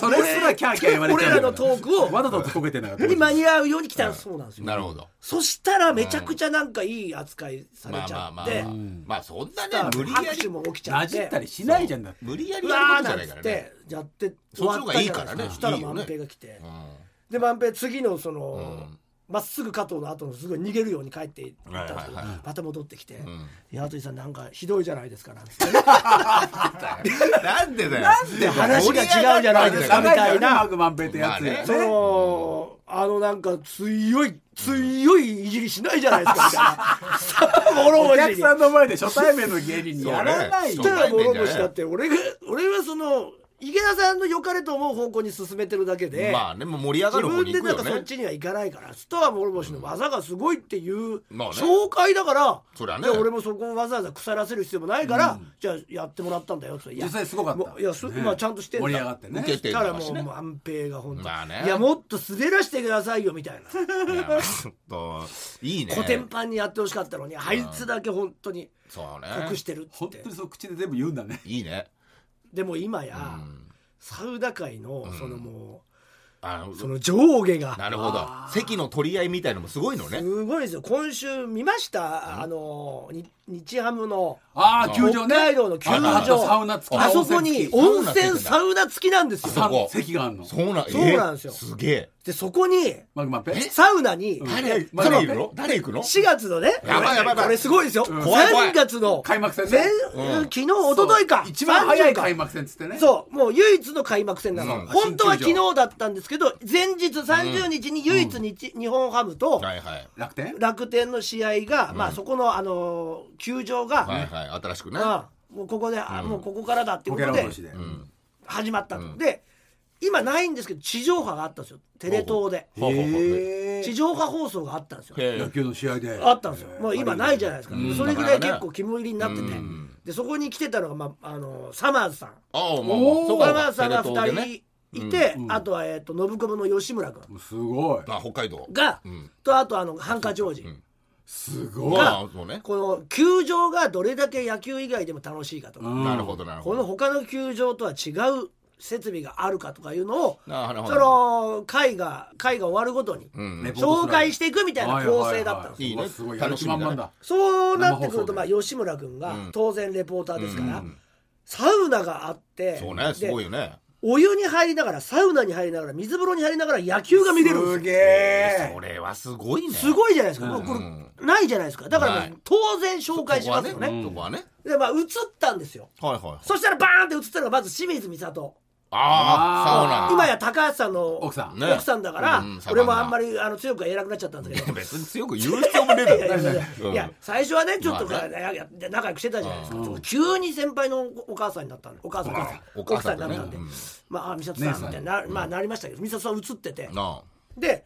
それすらキャーキャー言われち
俺
ゃうんだ
ら
よ
のトークを
わざとこけてんだから
に間に合うように来たらそうなんですよ
なるほど
そしたらめちゃくちゃなんかいい扱いされ
まあ
ち
まあ
ゃ
ま
っ
あ
て
まあまあそんなね
だから
無理や
拍手
り
も起きちゃ
な
っ
じってたりしないじゃんだって
無理や
う
りやるこ
わー
とじ
な
ゃ
ん
ない
つ
からね
ってやって
そっちの方がいいからね
終わったじゃないですそしたら
いいよね
万平が来て
うん
で万平次のその、
うん
まっすぐ加藤の後のすごい逃げるように帰っていったんですけど、
はいはいはい
また戻ってきて
ん
「八幡、さんなんかひどいじゃないですか」なんつって
なんでだよなんで
話が違うじゃないですかみたいな
マグマンペってやつ
まあね
そのあのなんか強い強いいじりしないじゃないですかみたい なさあ諸
お
星
客
に
さんの前で初対面の芸人にやらない
そ
そうし
ね
たら諸星だって俺が俺はその池田さんの良かれと思う方向に進めてるだけで、
まあねもう盛り上が
自
る方
分
に
で
行く
なん
よ
かそっ
ね
ちには行かないからスター諸星の技がすごいっていう
まあね
紹介だから、
そりゃね
で俺もそこをわざわざ腐らせる必要もないから、じゃあやってもらったんだよっていや
実際すごかった
もういやす、
ね
まあちゃんとしてんだ
盛り上がってね
受けて
し
ん
た
だ
ら
か
も
し
う
ね
もう安平が本当、
まあね
いやもっと滑らしてくださいよみたいな
いやちょっといいね
コテンパンにやってほしかったのにあいつだけ本当に
そう
隠
ね
してるっ
本
て
当にそう口で全部言うんだね
いいね
でも今や、
うん
サウダ界のそのも
あの
う、その上下
な
が
るほど席の取り合いみたいのもすごいのね
すごいですよ今週見ましたあのに日ハムの
ああ球場ね
北海道の球場
あとサウナ付き
あそこに温泉サウナ付きなんです
あそ
よ
こ
三席があるの
そうなん
そうなんですよ
えすげえ
でそこに
マグマンペ
サウナに
誰
まだ
誰行
いる
くの誰行くの
4月のね
やばいやばいやばい
これすごいですよ
怖い怖い
3月の
開幕戦ね
前
うん
昨日一昨日か
そう一番早い
30か
開幕戦っつってね
そうもう唯一の開幕戦なの、
うん
本当は昨日だったんですけど前日30日に唯一日,、日本ハムと
はいはい
楽天
楽天の試合が、まあ、そこの、あのー球場が、
はいはい新しくね
まあ、もうここで、あもうここからだっていう
ボ
こ
ケラ
と
落と
で
しで
うん
始まったと、で今ないんですけど地上波があったんですよテレ東で
ほうほうほう
へ
地
え
上波放送があったんですよ
へえ
野球の試合で
あったんですよもう今ないじゃないですか、
ん
それぐら
なかなか
い
ね
結構肝入りになってて、でそこに来てたのが、まああのーサマーズさん
ああまあまあ
おー
そう
サ
か
マーズさんが2人
ね
いて、あとは、えー、と信子の吉村君
もうすごい
あ北海道
が、
ん
とあとあのハンカチ王子、
すごい
まあそうね
この球場がどれだけ野球以外でも楽しいかとか、
うん
なるほどなる
こ
ほ
の
ど
他の球場とは違う設備があるかとかいうのを
なるほど
その会が会が終わるごとに
うん
レポートす
紹
る
介していくみたいな構成だったんですよ
いいね
すごいやる
楽
気
しみだ
満
ね
々だ
そうなってくると
生
ま
放
あ吉村君が当然レポーターですから、
うん
サウナがあって
そうねすごいよ
で
ね
お湯に入りながらサウナに入りながら水風呂に入りながら野球が見れるんですよ
すげ
そ
え
れはすごいね
すごいじゃないですか、
うん
これないじゃないですかだから
な
も
いう
当然紹介しますよね
そこはね
でまあ映ったんですよ
はいはい
そしたらバーンって映ったのがまず清水美里
ああ
ー
サウナ
今や高橋さんの
奥さん
ね
奥さんだから、
うんサバンナ
俺もあんまりあの強くは言えなくなっちゃったんだけ ど
別に強く言う必要もねえだ
いやいやい
ろ
や
うん
いや最初はねちょっと
まあ
やや仲良くしてたじゃないですか、
うん
ちょっと急に先輩のお母さんになったんでお母さんお母さん
お母さん
奥になったんで、
うん
まああ美里さんみ
姉さん
たいな、まあ、なりましたけど美里さん映ってて
な
で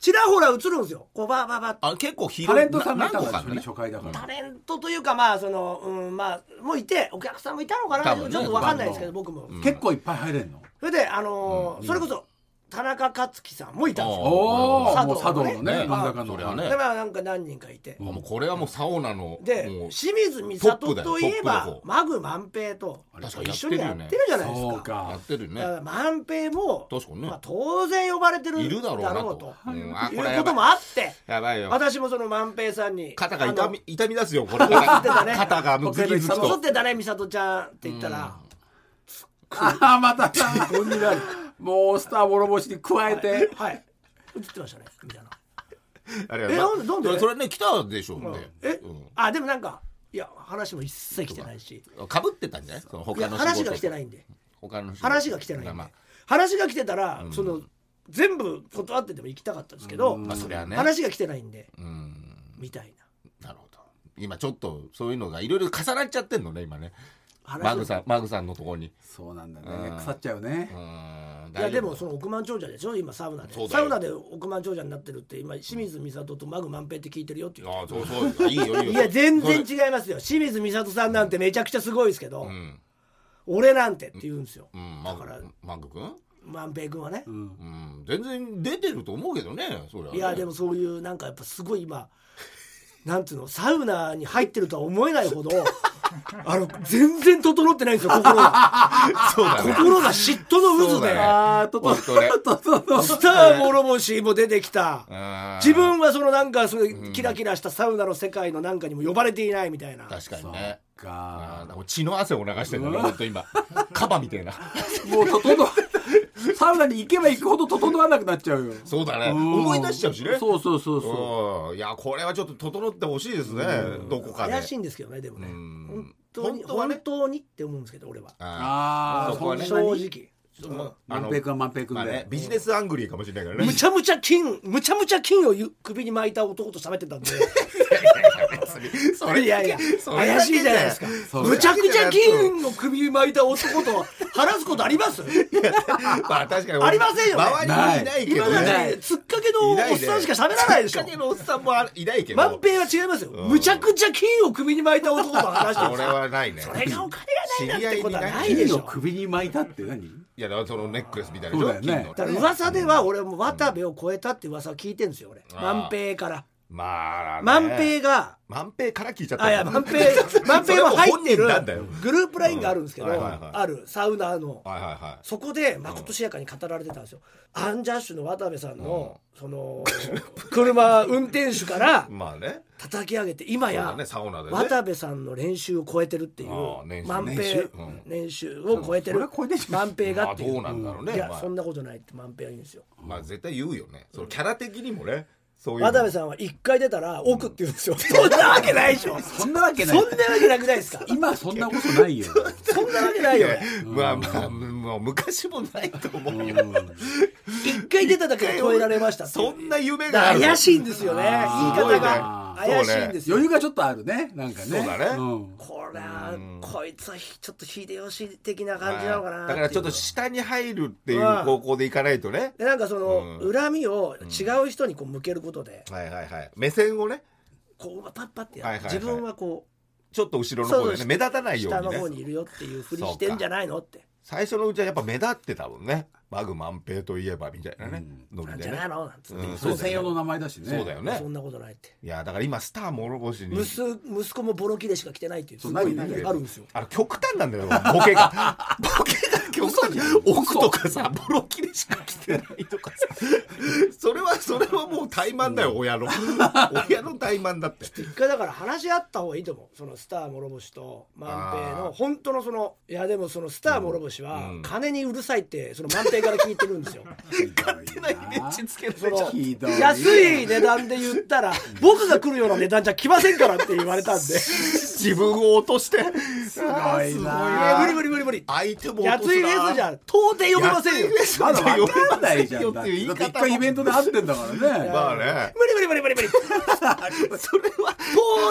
ちらほら映るんですよこうバーバーバー
ああ結構広い
タレントさんがい
何
た
個
んだ
か
初
ね
日初回だから
タレントというかまあその、うん、まあもういてお客さんもいたのか
多
な、
分ね
ちょっと分かんないですけど僕も、
結構いっぱい入れんの
それであのーそれこそ田中克樹さんもいたんですよ
お
茶
お
道
もう茶道のね
ね
漫画家の
そりゃね
だからなんか何人かいて
う
もうこれはもうサオナの
で
もう
清水美里といえ
トップだよトップの
ば
方
マグ万平と
れ確かに
一
やって
緒
る
に
よね
やってるじゃないです
そう
か
や
か
ってるよ
だか
ね
ら万平も
確かにね
まあ当然呼ばれてる
いるだろうな
だろう
と
と
うんあ
い
これ
うこ
やばい
ともあって
やばいよ
私もその万平さんに
肩が
あ
痛
の
み痛み出すよこ れ
映ってたね
肩がむずきず
誘
き
っ
と
てたね美里ちゃんって言ったら
ああまた参考になるもうスター諸星に加えて
はい映ってましたねみたいな
あれ
えなんでなんで
それね来たでしょう
うん
ね
えあでもなんかいや話も一切来てないし
かぶってたんじゃないその
い
他
や
の
話が来てないいんで
他の仕事
話が来てないんで
まあ
話が来てたらその全部断ってでも行きたかったんですけど
まあそりゃね
話が来てないんで
うん
みたいな
なるほど今ちょっとそういうのがいろいろ重なっちゃってんのね今ね
話
マグさんマグさんのところに
そうなんだ
う
ね
ん
腐っちゃうね
うーん
いや
大丈
で
夫
もその億万長者でしょ今サウナで
そうだ
サ
よ
ウナで億万長者になってるって今清水美里とマグ万平って聞いてるよって言う
あそうそういいよいいよ
いや全然
う
違いますよ清水美里さんなんてめちゃくちゃすごいですけど、
うん
俺なんてって言うんですよ、
うんマ
だから
グマグ君
万平君はね、
うん
うん全然出てると思うけどねそりゃね
いやでもそういうなんかやっぱすごい今なんていうのサウナに入ってるとは思えない ほどあの全然整ってないんですよ心が
そうだね
心が嫉妬の
そ
渦で、
うだね
ああとと
本当ね
ととと
スターモロモシも出てきた
うん
自分はそのなんかそのキラキラしたサウナの世界のなんかにも呼ばれていないみたいな
確かにねあ
か
ーだから血の汗を流してるんだね本当今 カバみたいな
もう整わサウナに行けば行くほど整わなくなっちゃうよ
そうだね
うん
思い出しちゃうしね
そうそうそうそ
うんいやこれはちょっと整ってほしいですねどこかで
怪しいんですけどねでもね
うん
本当に
本当はね
本当にって思うんですけど俺は
う
あ
ああ
そこはね
正直
ーあ
万
の
平君は万平君
まあね
で
ビジネスアングリーかもしれないからね
むちゃむちゃ金むちゃむちゃ金をゆ首に巻いた男と喋ってた んで
それ
いやいや
それだけ
怪しいじゃないですか
そう
むちゃくちゃ金の首に巻いた男と話すことあります
まあ確かに
ありませんよね
周りにいないけ
今
ど
だ
ね
ってつっかけのおっさんしか喋らないでし
き
ょ
っかけのおっさんもいないけど
万平は違いますよむちゃくちゃ金を首に巻いた男と話 してるんで
こ
す
れ
よ
はないね
それがお金がないなんてことはな
知り合い
い
に
でし
金
ょ
を首に巻いたって何
いやだからそのネックレスみたいなでしょ
そうだよね
金の
だから噂では俺も渡部を超えたって噂を聞いてるんですよ俺
あー
万平から
まあ
万
ね
平が
万平から聞いちゃった
あいや万 平万平は入って
それも本人
る
なんだよ
グループラインがあるんですけど
うんはいはいはい
あるサウナーの
はいはいはい
そこでまことしやかに語られてたんですよアンジャッシュの渡部さんのその車運転手から
まあね
叩き上げて今
そう
や
だねサウナでね
渡部さんの練習を超えてるってい
あー
う
年収
万
年
平
収うん
練習を超えて
そ
る
れは超えてんじゃん
万平
ま
がっ
あ
て
ど
いう
うなんだろう
い
ね
や
まあ
そんなことないって万平は言うんですよ
まあ絶対言うよねそのキャラ的にもねそういうの
渡部さんは一回出たら奥って言うんですよ、そんなわけないでしょそ
そんなわけ
ん
ない
なわけなくないですか
今そんなことないよ
そんなわけないよ
まあまあもう昔もないと思うよ
一回出ただけで超えられましたっていう
そんな夢
だ
が
か
あ
ら
る
怪しいんですよね言い
あ
ー
方が
すごいね
怪しいんですよ、
余裕がちょっとあるねなんかね
そうだね
ん
これはこいつはひちょっと秀吉的な感じなのかな
だからちょっ
て
と
いう
下に入るっていう方向でいかないとね
でなんかその、
うん
恨みを違う人にこう向けることで、
はいはいはい目線をね
こうパッパってやる、
はいはいはい
自分はこ
ちょっと後ろの方
そう
で
そ
ね
う
目立た
う
ないよ
下の
う
方
にね
にいるよっていうふりしてんじゃないのって
最初のうちはやっぱ目立ってたもんねマグマンペイといえばみたいなねノ
な
リ
んじ
で
ゃ
ね
ないのなんつって、
うん
それ専用の名前だしね
そうだよね
そんなことないって
いやだから今スター諸星に
息息子もボロキでしか来てないっていう
そう
すごい
何
あるんですよ
あの極端なんだよボ ケがボケが極端奥とかさボロキでしか来てない とかさそれはそれはもう怠慢だよ親 の親の怠慢だって
一回だから話し合った方がいいと思うそのスター諸星と万平
あー
の本当のそのいやでもそのスター諸星は
うん
金にうるさいってその万平から聞いてるんです よ
勝手なイメージつけられちゃ
その
ひどい
安い値段で言った ら僕が来るような値段じゃ来ませんからって言われたんで
自分を落としてすご
いな
な
え無理無理無理無理
相手も落と
安い
す
レ
な
ースじゃ到底呼びませんよ
まだわ
分
かんないじゃんだ
っ
ってて
いう言い
一
方
回イベントで会ってんだからね
まあね
無理無理無理無理 無理
それは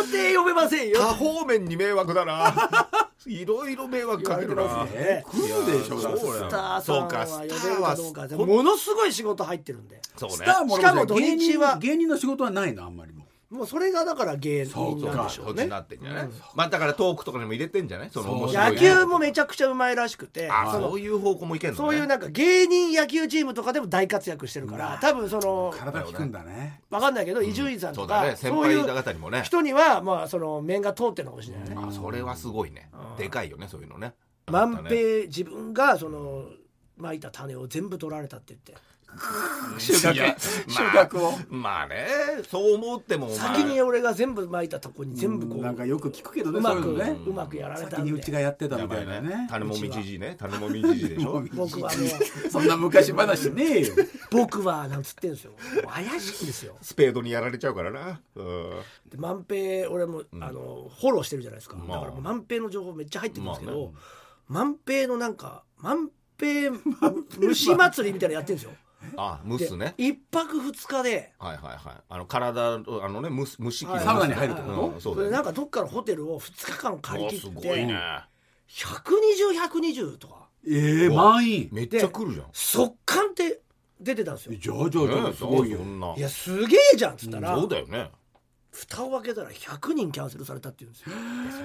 到底呼べませんよ
多方面に迷惑だな いろいろ迷惑かけるな
え来るでしょだって
そうだ
ス
よ
ターさんは呼べるかどうかでものすごい仕事入ってるんで
そうね
スターも
しかも土
芸
日は
人芸人の仕事はないのあんまりも
もうそれがだから芸人なんでしょ
そうっちに
ね
なってんじゃない、まあだからトークとかにも入れてんじゃないその面白い
野球もめちゃくちゃうまいらしくて
あ
その
そういう方向もいけんの、ね、
そういうなんか芸人野球チームとかでも大活躍してるから多分その
体効くんだね
わかんないけど伊集院さん
そ
と
うだ
か
ね先
そうい
輩
う
方にもね
人にはまあその面が通ってるのかもしれないね
あそれはすごいねでかいよねそういうのね
万平自分がそのまいた種を全部取られたって言って
収穫
収穫を
まあねそう思っても、まあ、
先に俺が全部まいたとこに全部こう
なんかよく聞くけどね
うま
そう
く
いうのね
うまくやられた
先
ん
にうちが
で
やってた
や
み
ば
た
い
いな
ね
ね
種もみじじいね種もみじじいでし ょ
僕はもう
そんな昔話ねえよ
僕はなんつってんですよもう怪しいんですよ
スペードにやられちゃうからなうん
で万平俺も、あのフォローしてるじゃないですか、
まあ
だからもう万平の情報めっちゃ入ってくるんですけど、
ま
万平のなんか万 平虫祭りみたいなのやってるんですよ
あ蒸
です
ね
一泊二日で
はいはいはいあの体をあのね蒸す蒸し器の
はい
サウナに入るってこと
うんそう
そ
だ
れ
よ
な
ね
んかどっかのホテルを2日間借り切っ
おす
て、
ごいね
120120とか
ええ満員
めっちゃ来るじゃん
速乾って出てたんですよ
じゃあじゃあじゃあ
ね
すごいよ
そんない
やすげえじゃんっつったら、
そうだよね
蓋を開けたら100人キャンセルされたっていうんですよ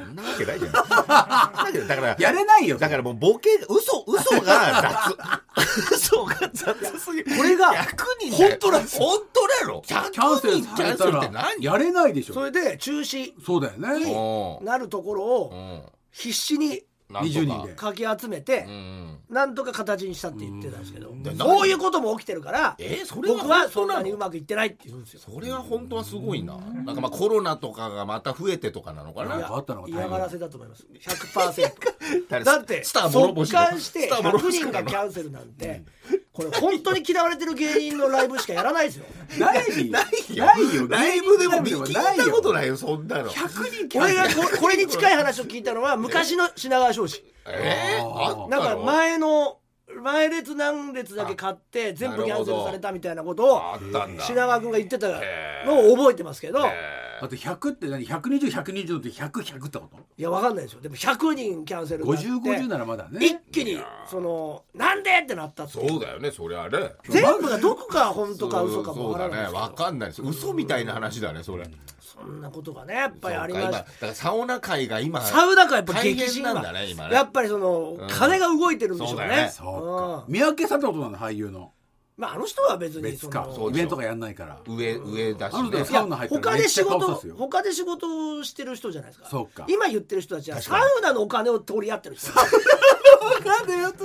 そんなわけないじゃんそんなわけないだから
やれないよ
だからもうボケ嘘嘘が雑 嘘が雑すぎる
これが
100人
本当だ
本当だろ100人
キャンセルされた
キャンセルって
ら
何
やれないでし
そ
ょ
れで中止
そうだよね
う
なるところ
ん
を
うん
必死に
なんとか
20人で
かき集めて、
うん
なんとか形にしたって言ってたんですけど、
ん
そういうことも起きてるから、
えそれは
僕は
本当
そん
なの
なにうまくいってないって言うんですよ。
それは本当はすごいななんかまあコロナとかがまた増えてとかなのか
い
な
や変わったのが大変
嫌がらせだと思います。100%。
誰
だって
スター諸
速
星の
乾して
スター諸
100
星
人
な
が
の
キャンセルなんて、これ本当に嫌われてる芸人のライブしかやらないです よ。
ない
ないよ
ないよ
ライブでも
芸人
聞
ライブ
い
でもないよ
たことないよそんなの
100人キャン
俺
セル
がここれに近い話を聞いたのは昔の品川庄司。
えー
あー
あっ
だ
たの
から前の前列何列だけ買って全部キャンセルされたみたいなことを
あったんだ
品川君が言ってたのを覚えてますけど、
だって100って何120120って100100ってこと
いやわかんないですよでも100人キャンセルになって
5050ならまだ
一
ね
気にそのなんでってなったって
そうだよねそりゃあれ
全部がどこか本当か嘘かも
そう
わから
だ
ないです
ね
け
わ
ど
かんないです嘘みたいな話だねそれ
そんなことがねやっぱりありま
そ
し
うか今だ
た
からサウナ界が今
サウナがやっぱ激
大
震
変
が
なんだね今ね
やっぱりその金が動いてるんでしょう
そうだ
ね
ね
そうか
うん
三宅さんってことなの俳優の
まああの人は別に
別
そ
か
の
そう
イベントがやんないから
上上だし
あの
ね
ね
いや
サウナ入ったら
他で仕
めっちゃ顔さ
事
すよ
他で仕事をしてる人じゃないですか
そうか
今言ってる人たちはサウナのお金を取り合ってる人
なんでやっと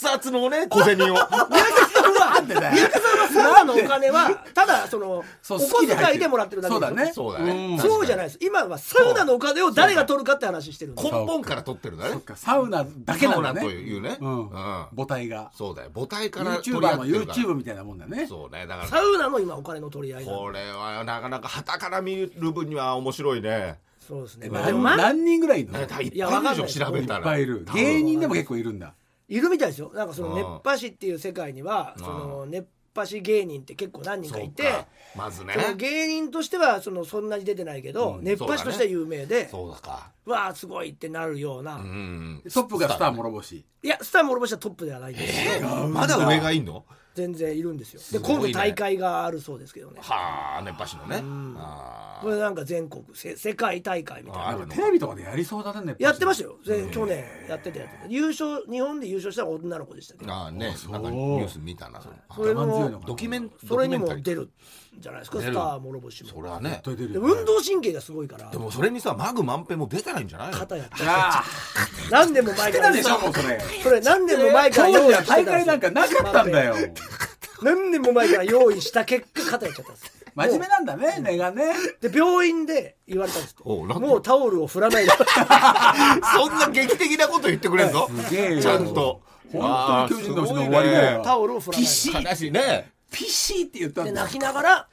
熱々のね小 銭を
宮崎さんは
んでだよ
宮崎さんはサウナのお金はただそのお小遣いでもらってるだけ
そうだね
そうだね
ん
そうじゃないです今はサウナのお金を誰が取るかって話してるんです
根本から取ってるんだ
そ
ね
っかサウナだけな
サウ
んだ
ナ
ね
というね
うん
うん
母体が
そうだよ母体から取り合
YouTuber
っ
も
てるから
YouTube みたいなもんだね
そうねだから
サウナの今お金の取り合いなんで
これはなかなか旗から見る分には面白いね
そうですねまあでも
何
まあ
何人ぐらいいるの
いっ
い
ぱいい
やわかんない
るでしょ調べた
っ
ら
ぱいいる芸人でも結構いるんだ
いるみたいですよなんかその
うん
熱波師っていう世界にはその熱波師芸人って結構何人か
そ
いうて
かまずね
その芸人としてはそのそんなに出てないけど、熱波師としては有名で、
そうだか
わあすごいってなるような、
うん
トップがスター諸星
いやスター諸星はトップではないんですよ、
まだ上がいいの
全然いるんですよで
ごい
今
ね
度大会があるそうですけどね
はあ熱波師のねあ
これなんか全国せ世界大会みたい
あ
な
るの
テレビとかでやりそうだね
やってましたよ、ぜ去年やってたやつ優勝日本で優勝したのは女の子でしたけど
あね
そう
なんかニュース見たなそれ
それ
我慢強いの
も
か
ドキュメン
それにも
ドキュメ
出
ン
るんじゃないですか
出
ス
る
ター諸星
タリーそれ
も
はね
絶対出る
で
よ
運動神経がすごいから
でもそれにさマグ満平も出たらいいんじゃないの
肩やっ
い
た
や
何年も前
知って
か
た
ら
でしょもうそれ
それ何年も前から
当
用
時
意
は
してた
大
んです
会なんかなかったんだよ
何年も前から用意した結果肩やっちゃったんです
真面目なんだね根がね
で病院で言われたんですって
おうなんて
もうタオルを振らないで
そんな劇的なこと言ってくれるぞ
すげえよ
ちゃんと
本当に巨人の星の終わりだよ
タオルを振らないで
悲しいね
ピシーって言っ た
で
んだ
泣きながら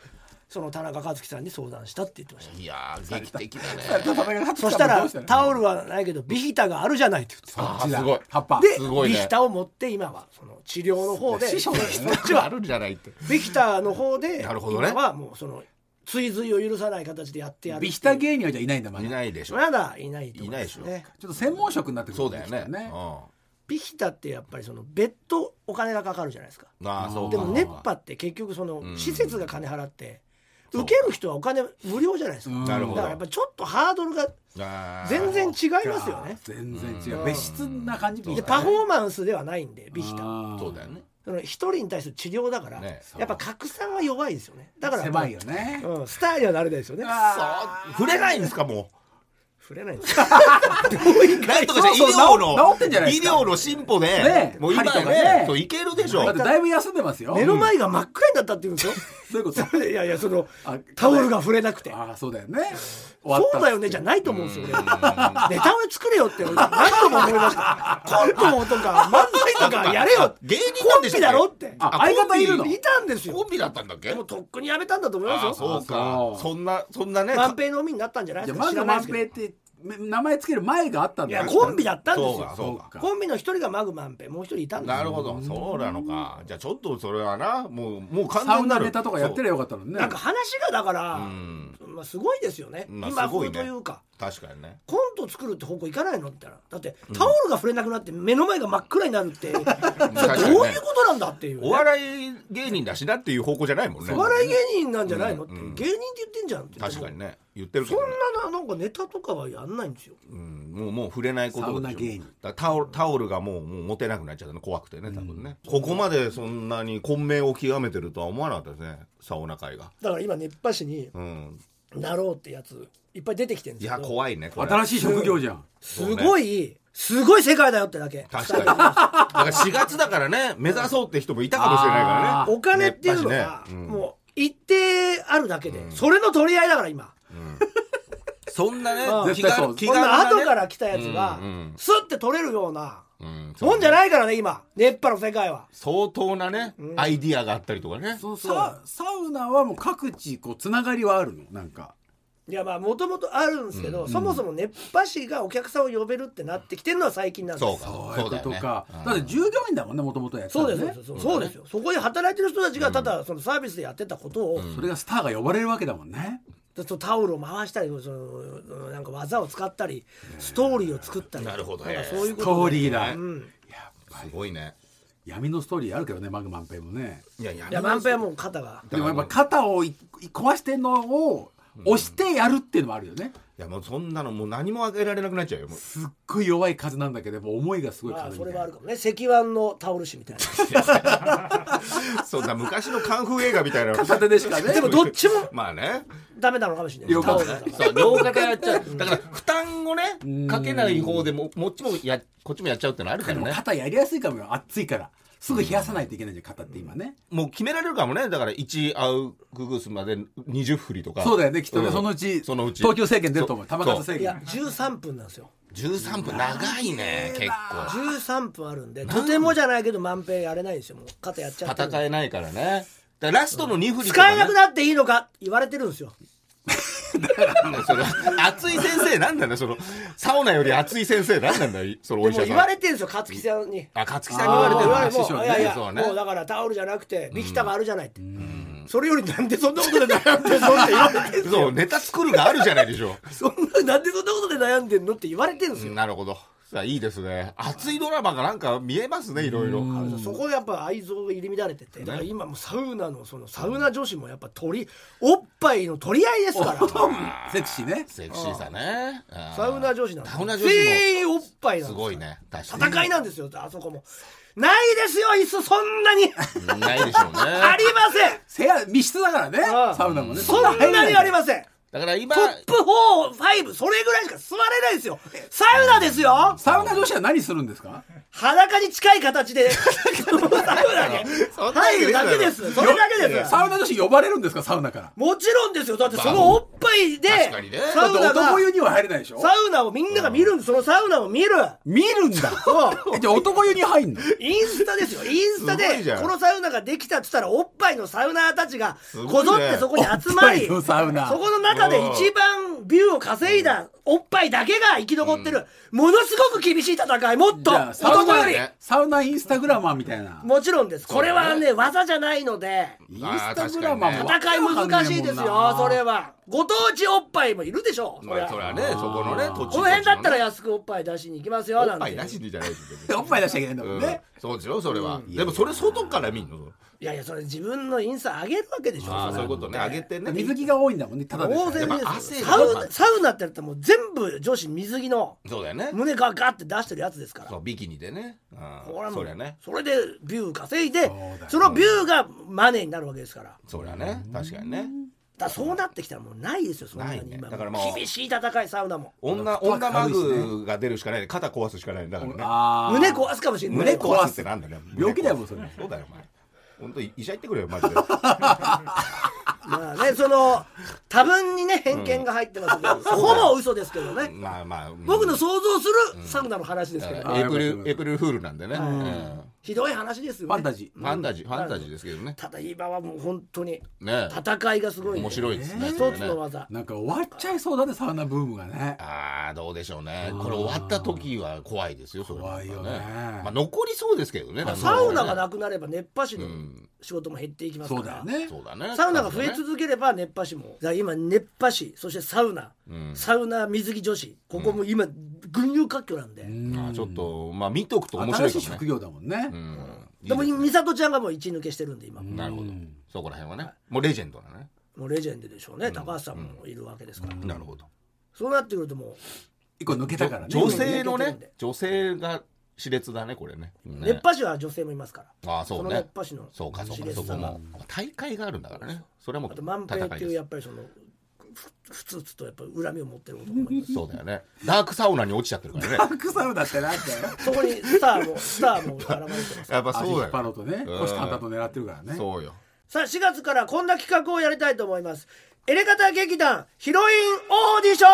その田中和樹さんに相談したって言ってました
いやー劇的だね
そ
そ
したらタ
オ
オルはないけどビヒタがあるじゃないって言
あーすごい
葉っぱ
って
す
で、
ごいね
ビヒタを持って今はその治療の方で
師匠だよね
こっち
あ
は
るんじゃないって
ビヒタの方で
なるほどね
今はもうその追随を許さない形でやってやるってい
ビ
う
ヒタ芸人はじゃいないんだまだ
い
ちょ
ないでしょ
まだいないと思
いないでしょ
ね
っと専門職になってくる
そうだよね
です
う
から
ん
ビヒタってやっぱりその別途お金がかかるじゃないですか
ああそうか
でも熱波って結局その施設が金払って受ける人はお金無料じゃないですか、
うん
だ
なるほ
か
ど
らやっぱちょっとハードルが
あー
全然違いますよね
全然違
う
う。
ん
別室な感じビ
でパフォーマンスではないんでビヒタ
そうだよね
その一人に対する治療だから、
ね
やっぱ格差が弱いですよねだから
狭いよね。
うん、スターにはなれないですよね
あ
触れないんですかも
触れないんですよ
うなんとかして医療の
そうそう治治ってんじゃないですか
医療の進歩で、
ね
もう今
針とか
や
ね
そういけるでしょ
ーだってだいぶ休んでますよ。
目の前が真っ暗になったって言うんですよ
どういうこと
いやいやその
あ
タオルが触れなくて
ああ、そうだよね。
そうだよねじゃないと思うんですよ俺ネタを作れよって俺何度も思いましたコントもとか漫才とかやれよ
芸人な
コン
んでし
ビ
たっけ
だろって
あ、
あ
相方いるの
コンビ
いたんです
コ
よ
ンビだったんだっけ
もうとっくにやめたんだと思います
あ
よ
あそう
そ
か
う
そんなそんなね
万平のみになったんじゃない
じ
で
ゃあ
すか
ま
知
ず
らない
万
ですけ
平ってめ名前つける前があったん
どい
だ
や
よ
コンビだったんで
そう
す
か
よ
そう
そう
か
か
コンビの一人がマグ万平もう一人いたんです
なる
よ
ほどそうなのかじゃあちょっとそれはなもうもう完
サウ
全な
ナ
る
ネタとかやってりゃよかったのにね
なんか話がだから
そううん
まあすごいですよね
まあ
今
すごい
風
ね
というか
確かにね
コント作るって方向いかないのみたいなだってタオルが触れなくなって目の前が真っ暗になるって それど
かにね
ういうことなんだっていうね
お笑い芸人だしなっていう方向じゃないもんね
お笑い芸人なんじゃないのって
うんうん
芸人って言ってんじゃんって
確かにね言ってるけ
そ
ど
ん
ね
なななんかネタとかはやんないんですよ
うんもうもう触れないことでしょ
サウナ芸人
だからタオルタオルがもうもう持てなくなっちゃったの怖くてね多分ね、ここまでそんなに混迷を極めてるとは思わなかったですねサウナ界が
だから今熱波師に
うん
なろうってやついっぱい出てきてるん
い
です
や
けど
怖いねこれ
新しい職業じゃん。
すごいすごい世界だよってだけ
確かに だから4月だからね目指そうって人もいたかもしれないから
あー
ね
お金っていうの
熱
が
波師ねうん
もう一定あるだけでそれの取り合いだから今
そんなね
うん
気
絶対そ
が
う
気
こんな
が
後から来たやつが
うんうん
スッて取れるような
うんそう
もんじゃないからね今熱波の世界は
相当なねアイディアがあったりとかね
そうそう。サウナはもう各地こうつながりはあるのなんか。
いやまあもともとあるんですけど、そもそも熱波師がお客さんを呼べるってなってきてるのは最近なんです
そう
よ
か
そう
そ
い
ううだ
こ
よ
と
ね
か。
うん
だって従業員だもんねもともとやってた
そう
の
で
ね
すそうです、そうですよそこで働いてる人たちがただそのサービスでやってたことを、
それがスターが呼ばれるわけだもんね。
そのタオルを回したりそのなんか技を使ったりストーリーを作ったり
なるほど
なん
ね
かそういう
ス
こ
ト
と
ー
で
リーだ。
うん、
すごいね
闇のストーリーあるけどねマグマンペイもね。
いやや
いや万平はもう肩が
でもやっぱ肩をいい壊してんのを押してやるっていうのもあるよね。
いやもうそんなのもう何もあげられなくなっちゃうよもう
すっごい弱い風なんだけどもう思いがすごい
まあ
風
そ
みた
れ
い
はあ
な
る。かもね石腕のタオル師みたい
そんな昔のカンフー映画みたいな
片手でしか
な
ね。
でもどっちも
まあね
ダメなのかもしれない
了
タオ
解
ルだから
そう両肩やっちゃ うだから負担をねかけない方でももっちもやこっちもやっちゃうってのあるか
で
ら
も
ね
肩やりやすいかもよ暑いからすぐ冷やさないといけないじゃん肩って今ね、
もう決められるかもねだから1アウググスまで20振りとか
そうだよねきっとね、
うん
そのうち
そのうち
東京制限出ると思う球数制
いや
限
13分なんですよ
13分長いね結構
13分あるんでとてもじゃないけど万平やれないんですよもう肩やっちゃってるんで
戦えないからねだからラストの2振りとか
使え
ね
なくなっていいのか言われてるんですよ
それ熱い先生なんだねそのサウナより熱い先生なんなんだよそのお
で
医者
も
さん
言われてるんですよ勝木さんに
あ勝木さんに言われてる
言
の
われ
あー
もう
師匠ね
いやいや
そうね
もうだからタオルじゃなくてビキタがあるじゃないってそれよりなんでそんなことで悩んでんのって言われ てる
そうネタ作るがあるじゃないでしょ
そんななんでそんなことで悩んでんのって言われてるんですよ
なるほどさあいいですね熱いドラマがなんか見えますねいろいろ
そこでやっぱ愛憎が入り乱れててだから今もうサウナのそのサウナ女子もやっぱ取りおっぱいの取り合いです から
セクシーね
セクシーさねあー
サウナ女子なんです
サウナ女子
全員おっぱいなんです
もすごいね確かに
戦いなんですよあそこもないですよ椅子そんなに
ないでしょうね
ありません
せや密室だからね
あ
サウナもね
そんなにありません
だから今
トップ45それぐらいしか座れないですよサウナですよ
サウナ女子は何するんですか
裸に近い形で サウナに
そんな
入
言う
る
な
だ
よ
けですそれだけです
サウナ女子呼ばれるんですかサウナから
もちろんですよだってそのおっぱいで
確かにね
サウ
だ
ナ
って男
が
湯には入れないでしょ
サウナをみんなが見るんですそのサウナを見る
見るんだえじゃあ男湯に入んの
インスタですよインスタ
すごいじ
で
ゃん
このサウナができたっつったらおっぱいのサウナーたちが
ごいね
こぞってそこに集まり
おっぱいのサウナ
そこの中で一番ビューを稼いだおっぱいだけが生き残ってるものすごく厳しい戦いもっと
じゃあサウウナよ
そ
り
うだね
サウナインスタグラマーみたいな
もちろんですこれはね技じゃないので
インスタグラマーもわけ
戦い
わかんねえもんな
難しいですよそれはご当地おっぱいもいるでしょう
まあそれはねそこのね土地
この辺だったら安くおっぱい出しに行きますよ
お
な
っ
んて
ぱいなしにじゃないですよ別に
おっぱい出しちゃいけないんだもんね、
うんそうですよそれはでもそれ外から見んの
いやいやそれ自分のインスタ上げるわけでしょ
ああ
そ
そう
れ
いうことねあげてね
水着が多いんだもんねただで
当
さ
然
え
やっ
で
ぱ
す
汗
よ
が
サウナサウナってやったらもう全部女子水着の
そうだよね
胸がガって出してるやつですから
そうビキニでねうん
これはも
そうりゃね
それでビュー稼いで
そうだよ
そのビューがマネーになるわけですからだか
そりゃね確かにね
らそうなってきたらもうないですよそんな
ない
に
ね
今
だからもう
厳しい戦いサウナも
女女マグが出るしかない肩壊すしかないだからね
あー
胸壊すかもしれない
胸壊すってなんだよ
病気だよもうそれ
そうだよお前本当医者行ってくれよマ ジで
まあねその多分にね偏見が入ってますけど、ほぼ嘘ですけどね、
まあまあ
僕の想像するサウナの話ですけど、
エイプリルエイプリルフールなんでねうん
ひどい話ですよ、ね、
ファンタジー
ファンタジーファンタジーですけどね
ただ今はもう本当に
ね
戦いがすごいんで
面白いですね
一
それ
つ
ね
の技
なんか終わっちゃいそうだねサウナブームがね
ああどうでしょうねこれ終わった時は怖いですよそれは
怖いよね
まあ残りそうですけどねなんかね
サウナがなくなれば熱波師の仕事も減っていきます
そ
か
うだ
ら、
よね
そうだね
サウナが増え続ければ熱波師もだから今熱波師そしてサウナ、サウナ水着女子ここも今群雄割拠なんで、
まあちょっとまあ見とくと面白
新
い
しい
かも
職
ね
業だもんね、
うん
でも
いい
美里ちゃんがもう一抜けしてるんで今も
ねなるほどそこら辺はねもうレジェンドだね
うレジェンドでしょうね、高橋さんもいるわけですから、
なるほど
そうなってくるとも
一個抜けたからね
女性の
抜けてるん
ね
で
女性が熾烈だねこれね
う、
ね
熱波師は女性もいますから
ああそ
そうの
ね
熱波師の
そうかそう
熾
か
烈
そ
さ
こ
が
も大会があるんだからねそれはもう
あと万平って
戦い
いう
で
やっぱりそのふふつふつとやっぱり恨みを持ってる男もいます
すそうだよねダークサウナに落ちちゃってるからね
パッ クサウナってなんだよ
そこにスターもスターも絡まれてます
やっぱ
足
そう
引
だ
っ張ろう
よ
とね
うん
腰淡々と狙ってるからね
そうよ
さあ4月からこんな企画をやりたいと思いますエレガタ劇団ヒロインオーディショ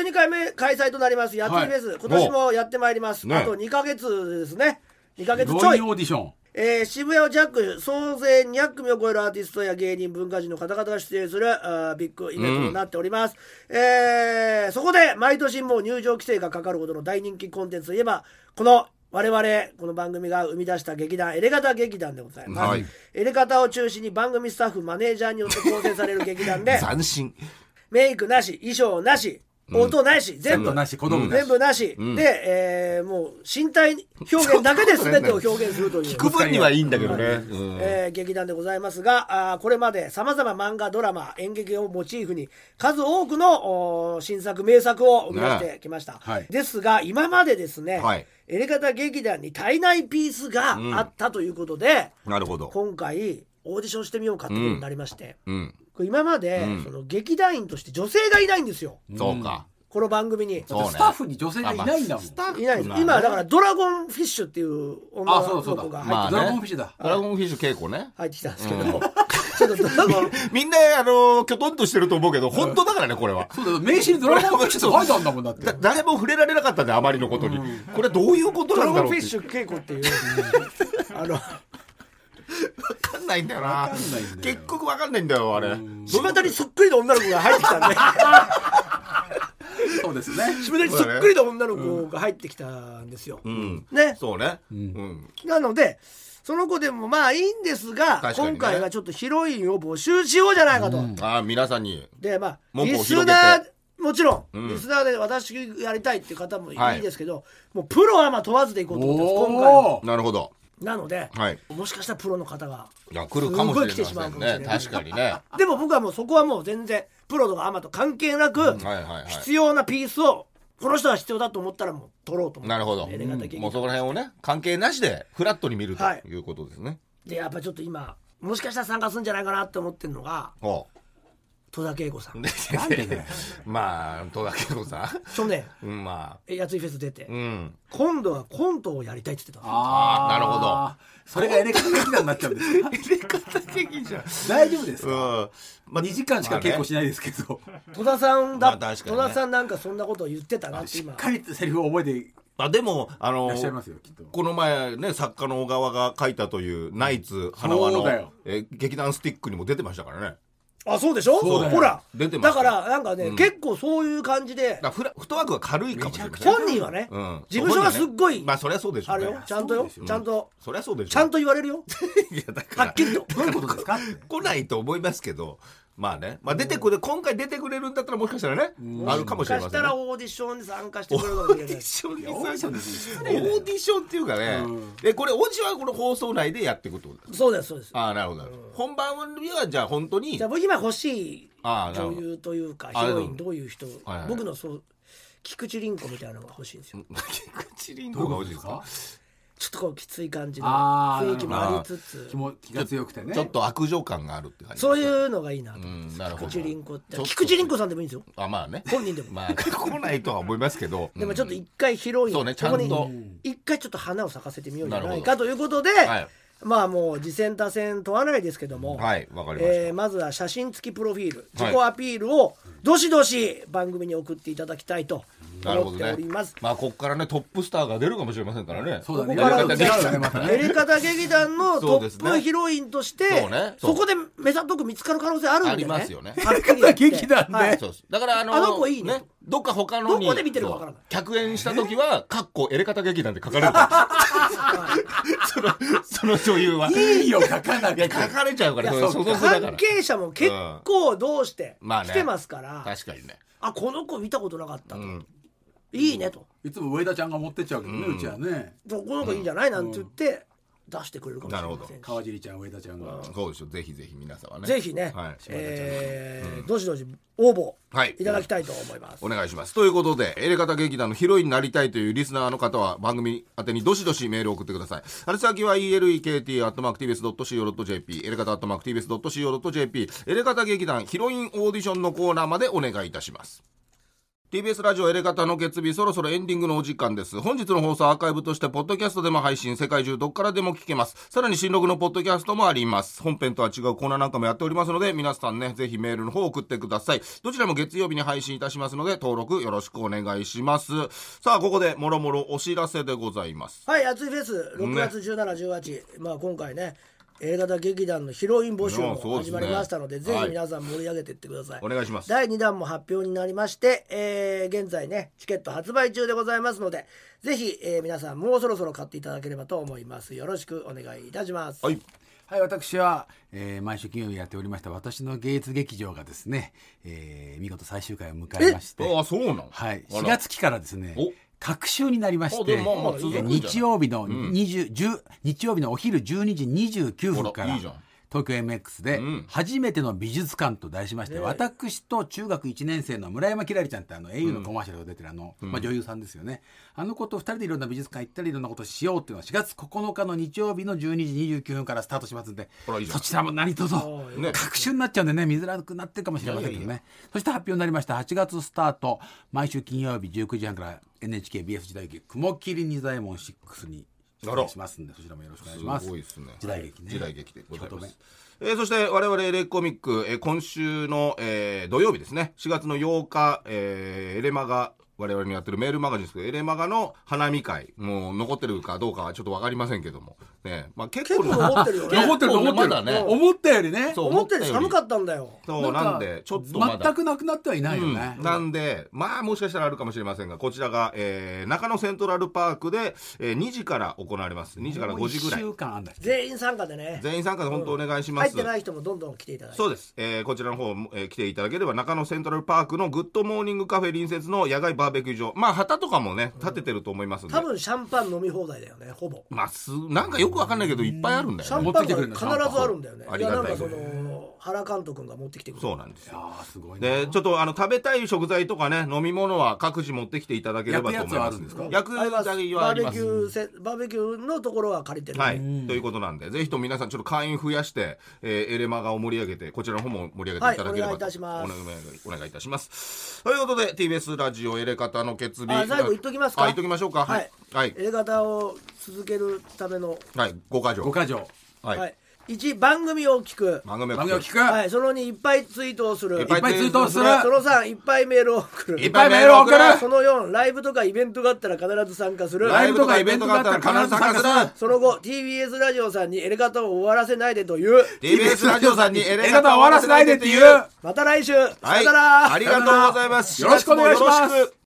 ン12回目開催となりますやついフェス、
はい
今年もやってまいります、
ね
あと2か月ですね2か月ちょ
ロ
い
インオーディション
えー渋谷をジャック総勢200組を超えるアーティストや芸人文化人の方々が出演するあービッグイベントとなっております、えーそこで毎年もう入場規制がかかるほどの大人気コンテンツといえばこの我々この番組が生み出した劇団エレガタ劇団でございます、
はい
エレガタを中心に番組スタッフマネージャーによって構成される劇団で
斬新
メイクなし衣装なし音なし、全
全
部
部なし子供なし
全部なし、で、えーもう身体表現だけで全てを表現すると いう
区分にはいいんだけどねうん
えー劇団でございますがあーこれまでさまざま漫画ドラマ演劇をモチーフに数多くのおー新作名作を生み出してきました、
はい
ですが今までですね、
はい
エレガタ劇団に足りないピースがあったということで、
なるほど
今回オーディションしてみようかってことになりまして、
うん
これ今まで、その劇団員として女性がいないんですよ
そうか
この番組に。
そうね
スタッフに女性がいないんだもん
スタッフ
いないです今だからドラゴンフィッシュっていう女
あそう
の
だそうだ
子が
ま
入っ
あ
て,、
ね
ドラゴンフィッシュだ
ドラゴンフィッシュ稽古ね
入ってきたんですけど、 ちょっとドラゴン
みんなあのきょとんとしてると思うけど本当だからねこれは
そうだよ名刺にドラゴンフィッシュって書いてあるんだもんだっ て
だ誰も触れられなかったんであまりのことにこれどういうこ
ド
とな
ラ
ん
ゴン
だろ
フ
う
ィッ
って
シュ稽古っていうあの
分かんないんだよな
かんないんだよ
結局分かんないんだよあれ
柴田にそっくりの女の子が入ってきたんで
そうですね
柴田にそっくりの女の子が入ってきたんですよ、
うん
ね
そうねうん
なのでその子でもまあいいんですが、
確かにね
今回はちょっとヒロインを募集しようじゃないかと、
ああ皆さんに
でまあ
文句
リ
を
ス
広げて
ナーもちろん、
うん
リスナーで私やりたいっていう方もい
はい
いですけど、もうプロはまあ問わずでいこうと思ってます今回は
おお
なるほど
なので、
はい
もしかしたらプロの方が
いや来るかもしれ
すご
ま
い来てしまう
せ
んかもしれ
ね
ない
確かにねは
でも僕はもうそこはもう全然プロとかアマと関係なく、
いはいはい
必要なピースをこの人が必要だと思ったらもう取ろうと思って
なるほど
エレガタ劇
もうそこら辺をね関係なしでフラットに見ると
はい
いうことですね
でやっぱちょっと今もしかしたら参加するんじゃないかなって思ってるのが
ほう
戸田恵子さん
なんでだよ
まあ戸田恵子さ
去年
んうんま
えやついフェス出て、
あうん
今度はコントをやりたいって言ってたの
あーなるほど
それがエレガタ劇団になっちゃうんですか
入れ方的じゃん
大丈夫です
うん
か
まあ
2時間しか稽古しないですけど
戸田さんだ、
まあ確か
戸
にね
田さんなんかそんなことを言ってたなって
し
今
っかりセリフを覚えてい
あでもあの
らっしゃいますよきっと
この前ね作家の小川が書いたというナイツ花輪
そうだ
の
よ
えー劇団スティックにも出てましたからね
あそうでしょ
そうだよ
ほら
出てます
だ
よ
からなんかね、結構そういう感じで
だからフラフットワークが軽いかもしれない
本人はね、
うん
事務所がすっごい、
まあそりゃそうでしょ
あ
うね
れよちゃんと
そう
よ
ですよ
ちゃんと
そりゃそうでしょう
ちゃんと言われるよ
いやだか
は
ら
っきりと
どういうことですかって
来ないと思いますけどまあねまあ出てくる今回出てくれるんだったらもしかしたらね あるかもしれ
し
ませ
た
んね
らオーディションに参加してくれるかもしれない
オーディションに
オーディションです失
オ
礼だよ
ーディションっていうかね、
うん
えこれオチはこの放送内でやっていくってことです
そうですそうです
ああなるほど、本番はじゃあ本当に
じゃあ僕今欲しい
あーなる
女
ほど
優というかヒ
あーなるほ
ロ
ど
インどういう人
はいはい
僕のそう菊池凛子みたいなのが欲しいんですよ
口りん
ど
ご
う
が
いう
欲
こと
しいです
で
すか
か
ちょっとこうきつい感じの
あー
雰囲気もありつつ
気も気が強くてね
ちょっと悪情感があるって感じ
そういううのがいいなと
んなるほ
菊
ど
池凛子っ
ち
て
ょっと
菊池凛子さんでもいいんですよ
あまあね
本人でも、
まあ来ないとは思いますけど
でもちょっと
うん
一回ヒロイン
そうね
ここに
ちゃんと
一回ちょっと花を咲かせてみようじゃ
な
な
る
い
ほ
か
ど
ということで、
はい
まあもう次戦打線問わないですけども、
はいわかりました、
えーまずは写真付きプロフィール自己アピールをどしどし番組に送っていただきたいと
なる
思
ほ
って
ど
おり
ね
ます。
まあここからねトップスターが出るかもしれませんからね
そうだね
ここから
やり方違うよねまた
エ
ね
レカタ劇団の
そ
ト
うで
ッ
す
プ
ね
ヒロインとして
そうねそ
そうこで目ざとく見つかる可能性あるんでね
ありますよね
はっきり言って
エレカタ劇団ね
はい
そうですだからあの
あの子いいねと
どっか他のに
どこで見てるかわからない
そう客演した時は「かっこエレカタ劇団」って書か れるから そのその女優はい
いいよ書かなき
い
ゃ
や書かれちゃうから
いや
そう
そ
そうう
か
そうだから
関係者も結構どうして
うんまあね
来てますから、あ
確かにね
この子見たことなかったと、
ん
いいねと
いつも上田ちゃんが持ってっちゃうけどね、うちはね
この子いいんじゃないなんて言って出してくれるかもしれませんし
川尻ちゃん上田ちゃんが
そうでしょぜひぜひ皆さんはね
ぜひね、
はい
えーどしどし応
はい
募いただきたいと思います。
お願いしますということでエレカタ劇団のヒロインになりたいというリスナーの方は番組宛てにどしどしメールを送ってください宛先は elekt.tbs.co.jp エレカタ .tbs.co.jp エレカタ劇団ヒロインオーディションのコーナーまでお願いいたします TBS ラジオエレガタの月日そろそろエンディングのお時間です本日の放送アーカイブとしてポッドキャストでも配信世界中どっからでも聞けますさらに新録のポッドキャストもあります本編とは違うコーナーなんかもやっておりますので皆さんねぜひメールの方を送ってくださいどちらも月曜日に配信いたしますので登録よろしくお願いしますさあここでもろもろお知らせでございます
はい、熱いフェス6月17、18、まあ今回ね、映画だ劇団のヒロイン募集も
うんそうで
始
す
ま
ね
りましたので、ぜ
は
ひ
い
皆さん盛り上げていってください。
お願いします
第2弾も発表になりまして、えー現在ね、チケット発売中でございますので、ぜひ、えー皆さんもうそろそろ買っていただければと思います。よろしくお願いいたします。
はい
はい、私は、えー毎週金曜日やっておりました私の芸術劇場がですね、えー見事最終回を迎えまして、
ああそうなの
はい、
あら
4月期からですね
お
隔週になりまして、
あでもまあまあ続くんじゃない
日曜日の20、10日曜日のお昼12時29分か
あら
ら
いいじゃん
東京 MX で
ん
初めての美術館と題しまして、私と中学1年生の村山きらりちゃんってあの au のコマーシャルが出てるあの、まあ、女優さんですよねあの子と2人でいろんな美術館行ったりいろんなことしようっていうのは4月9日の日曜日の12時29分からスタートしますんで
あらいいじゃん
そちらも何卒
ー
ね
隔週になっちゃうんでね見づらくなってるかもしれませんけどね
いや
そして発表になりました8月スタート毎週金曜日19時半から NHKBS 時代劇「雲霧仁左衛門6」に出演しますんでそちらもよろしくお願いします
すごいですね
時代劇ね
時代劇でございま
京都弁
すえーそして我々エレコミック、えー今週の、えー土曜日ですね4月の8日、えーエレマガ我々のやってるメールマガジンですけどエレマガの花見会もう残ってるかどうかはちょっと分かりませんけども、ねまあ、結構
結構思ってるよね
残ってる残って
ま
る、
だね
思ったよりね
そう
思ったより寒か
った
ったんだよ。
そうなんでちょっとまだ
全くなくなってはいないよね、
うんなんで、まあ、もしかしたらあるかもしれませんが、こちらが、えー中野セントラルパークで、えー2時から行われます。2時から5時ぐらい
もう。一週間あんだ
全員参加でね。
全員参加で本当お願いしま
入っ
す。
てない人もどんどん来ていただいて。
そうです、えーこちらの方も、えー来ていただければ中野セントラルパークのグッドモーニングカフェ隣接の野外バーベキュー場まあ旗とかもね立ててると思いますんで、
多分シャンパン飲み放題だよね、ほぼ。
まあすなんかよくわかんないけどいっぱいあるんだ
シャ
よ
ン
ね
パンが必ずあるんだよね
あ。
い
り
や
が
な
たい
ん
ね
かその原監督が持ってきてくれ
そう
る。
なんですよ
ああすごい
で
ね
ちょっとあの食べたい食材とかね飲み物は各自持ってきていただければと思います
焼
薬
あれはバ
剤はあり
ーベ
ま
キ
す
ューせバーベキューのところは借りてる。
はい、ということなんでぜひとも皆さんちょっと会員増やして、えーエレマガを盛り上げてこちらの方も盛り上げていただけれ
はい
ばと、
お願いいたします
お願いお願いいたしますということで TBS ラジオエレカタの決日
あ最後言っときますか
あ言っときましょうか
はい
はい、
A 型を続けるための
はい、5か条
五か条
はい、
はい1番組を聞く、
番組を
番組を聞
く
く、、
はいい、その2いっぱいツイートをする
いっ
っぱいツイートをする
その3いっぱいメールを送る
いっ
ぱいメールを送る
その4ライブとかイベントがあったら必ず参加する
ライブとかイベントがあったら必ず参加する
その後 TBS ラジオさんにエレガタを終わらせないでという
TBS ラジオさんにエレ
映
ガ
画
タを終わ
とは終わ
ら
ら
せ
せ
な
ないい
で
で
っ
ってて
い
いうう
はい
また来週さよなら
ありがとうございます
よろしくお願いしま
4
す
月もよろく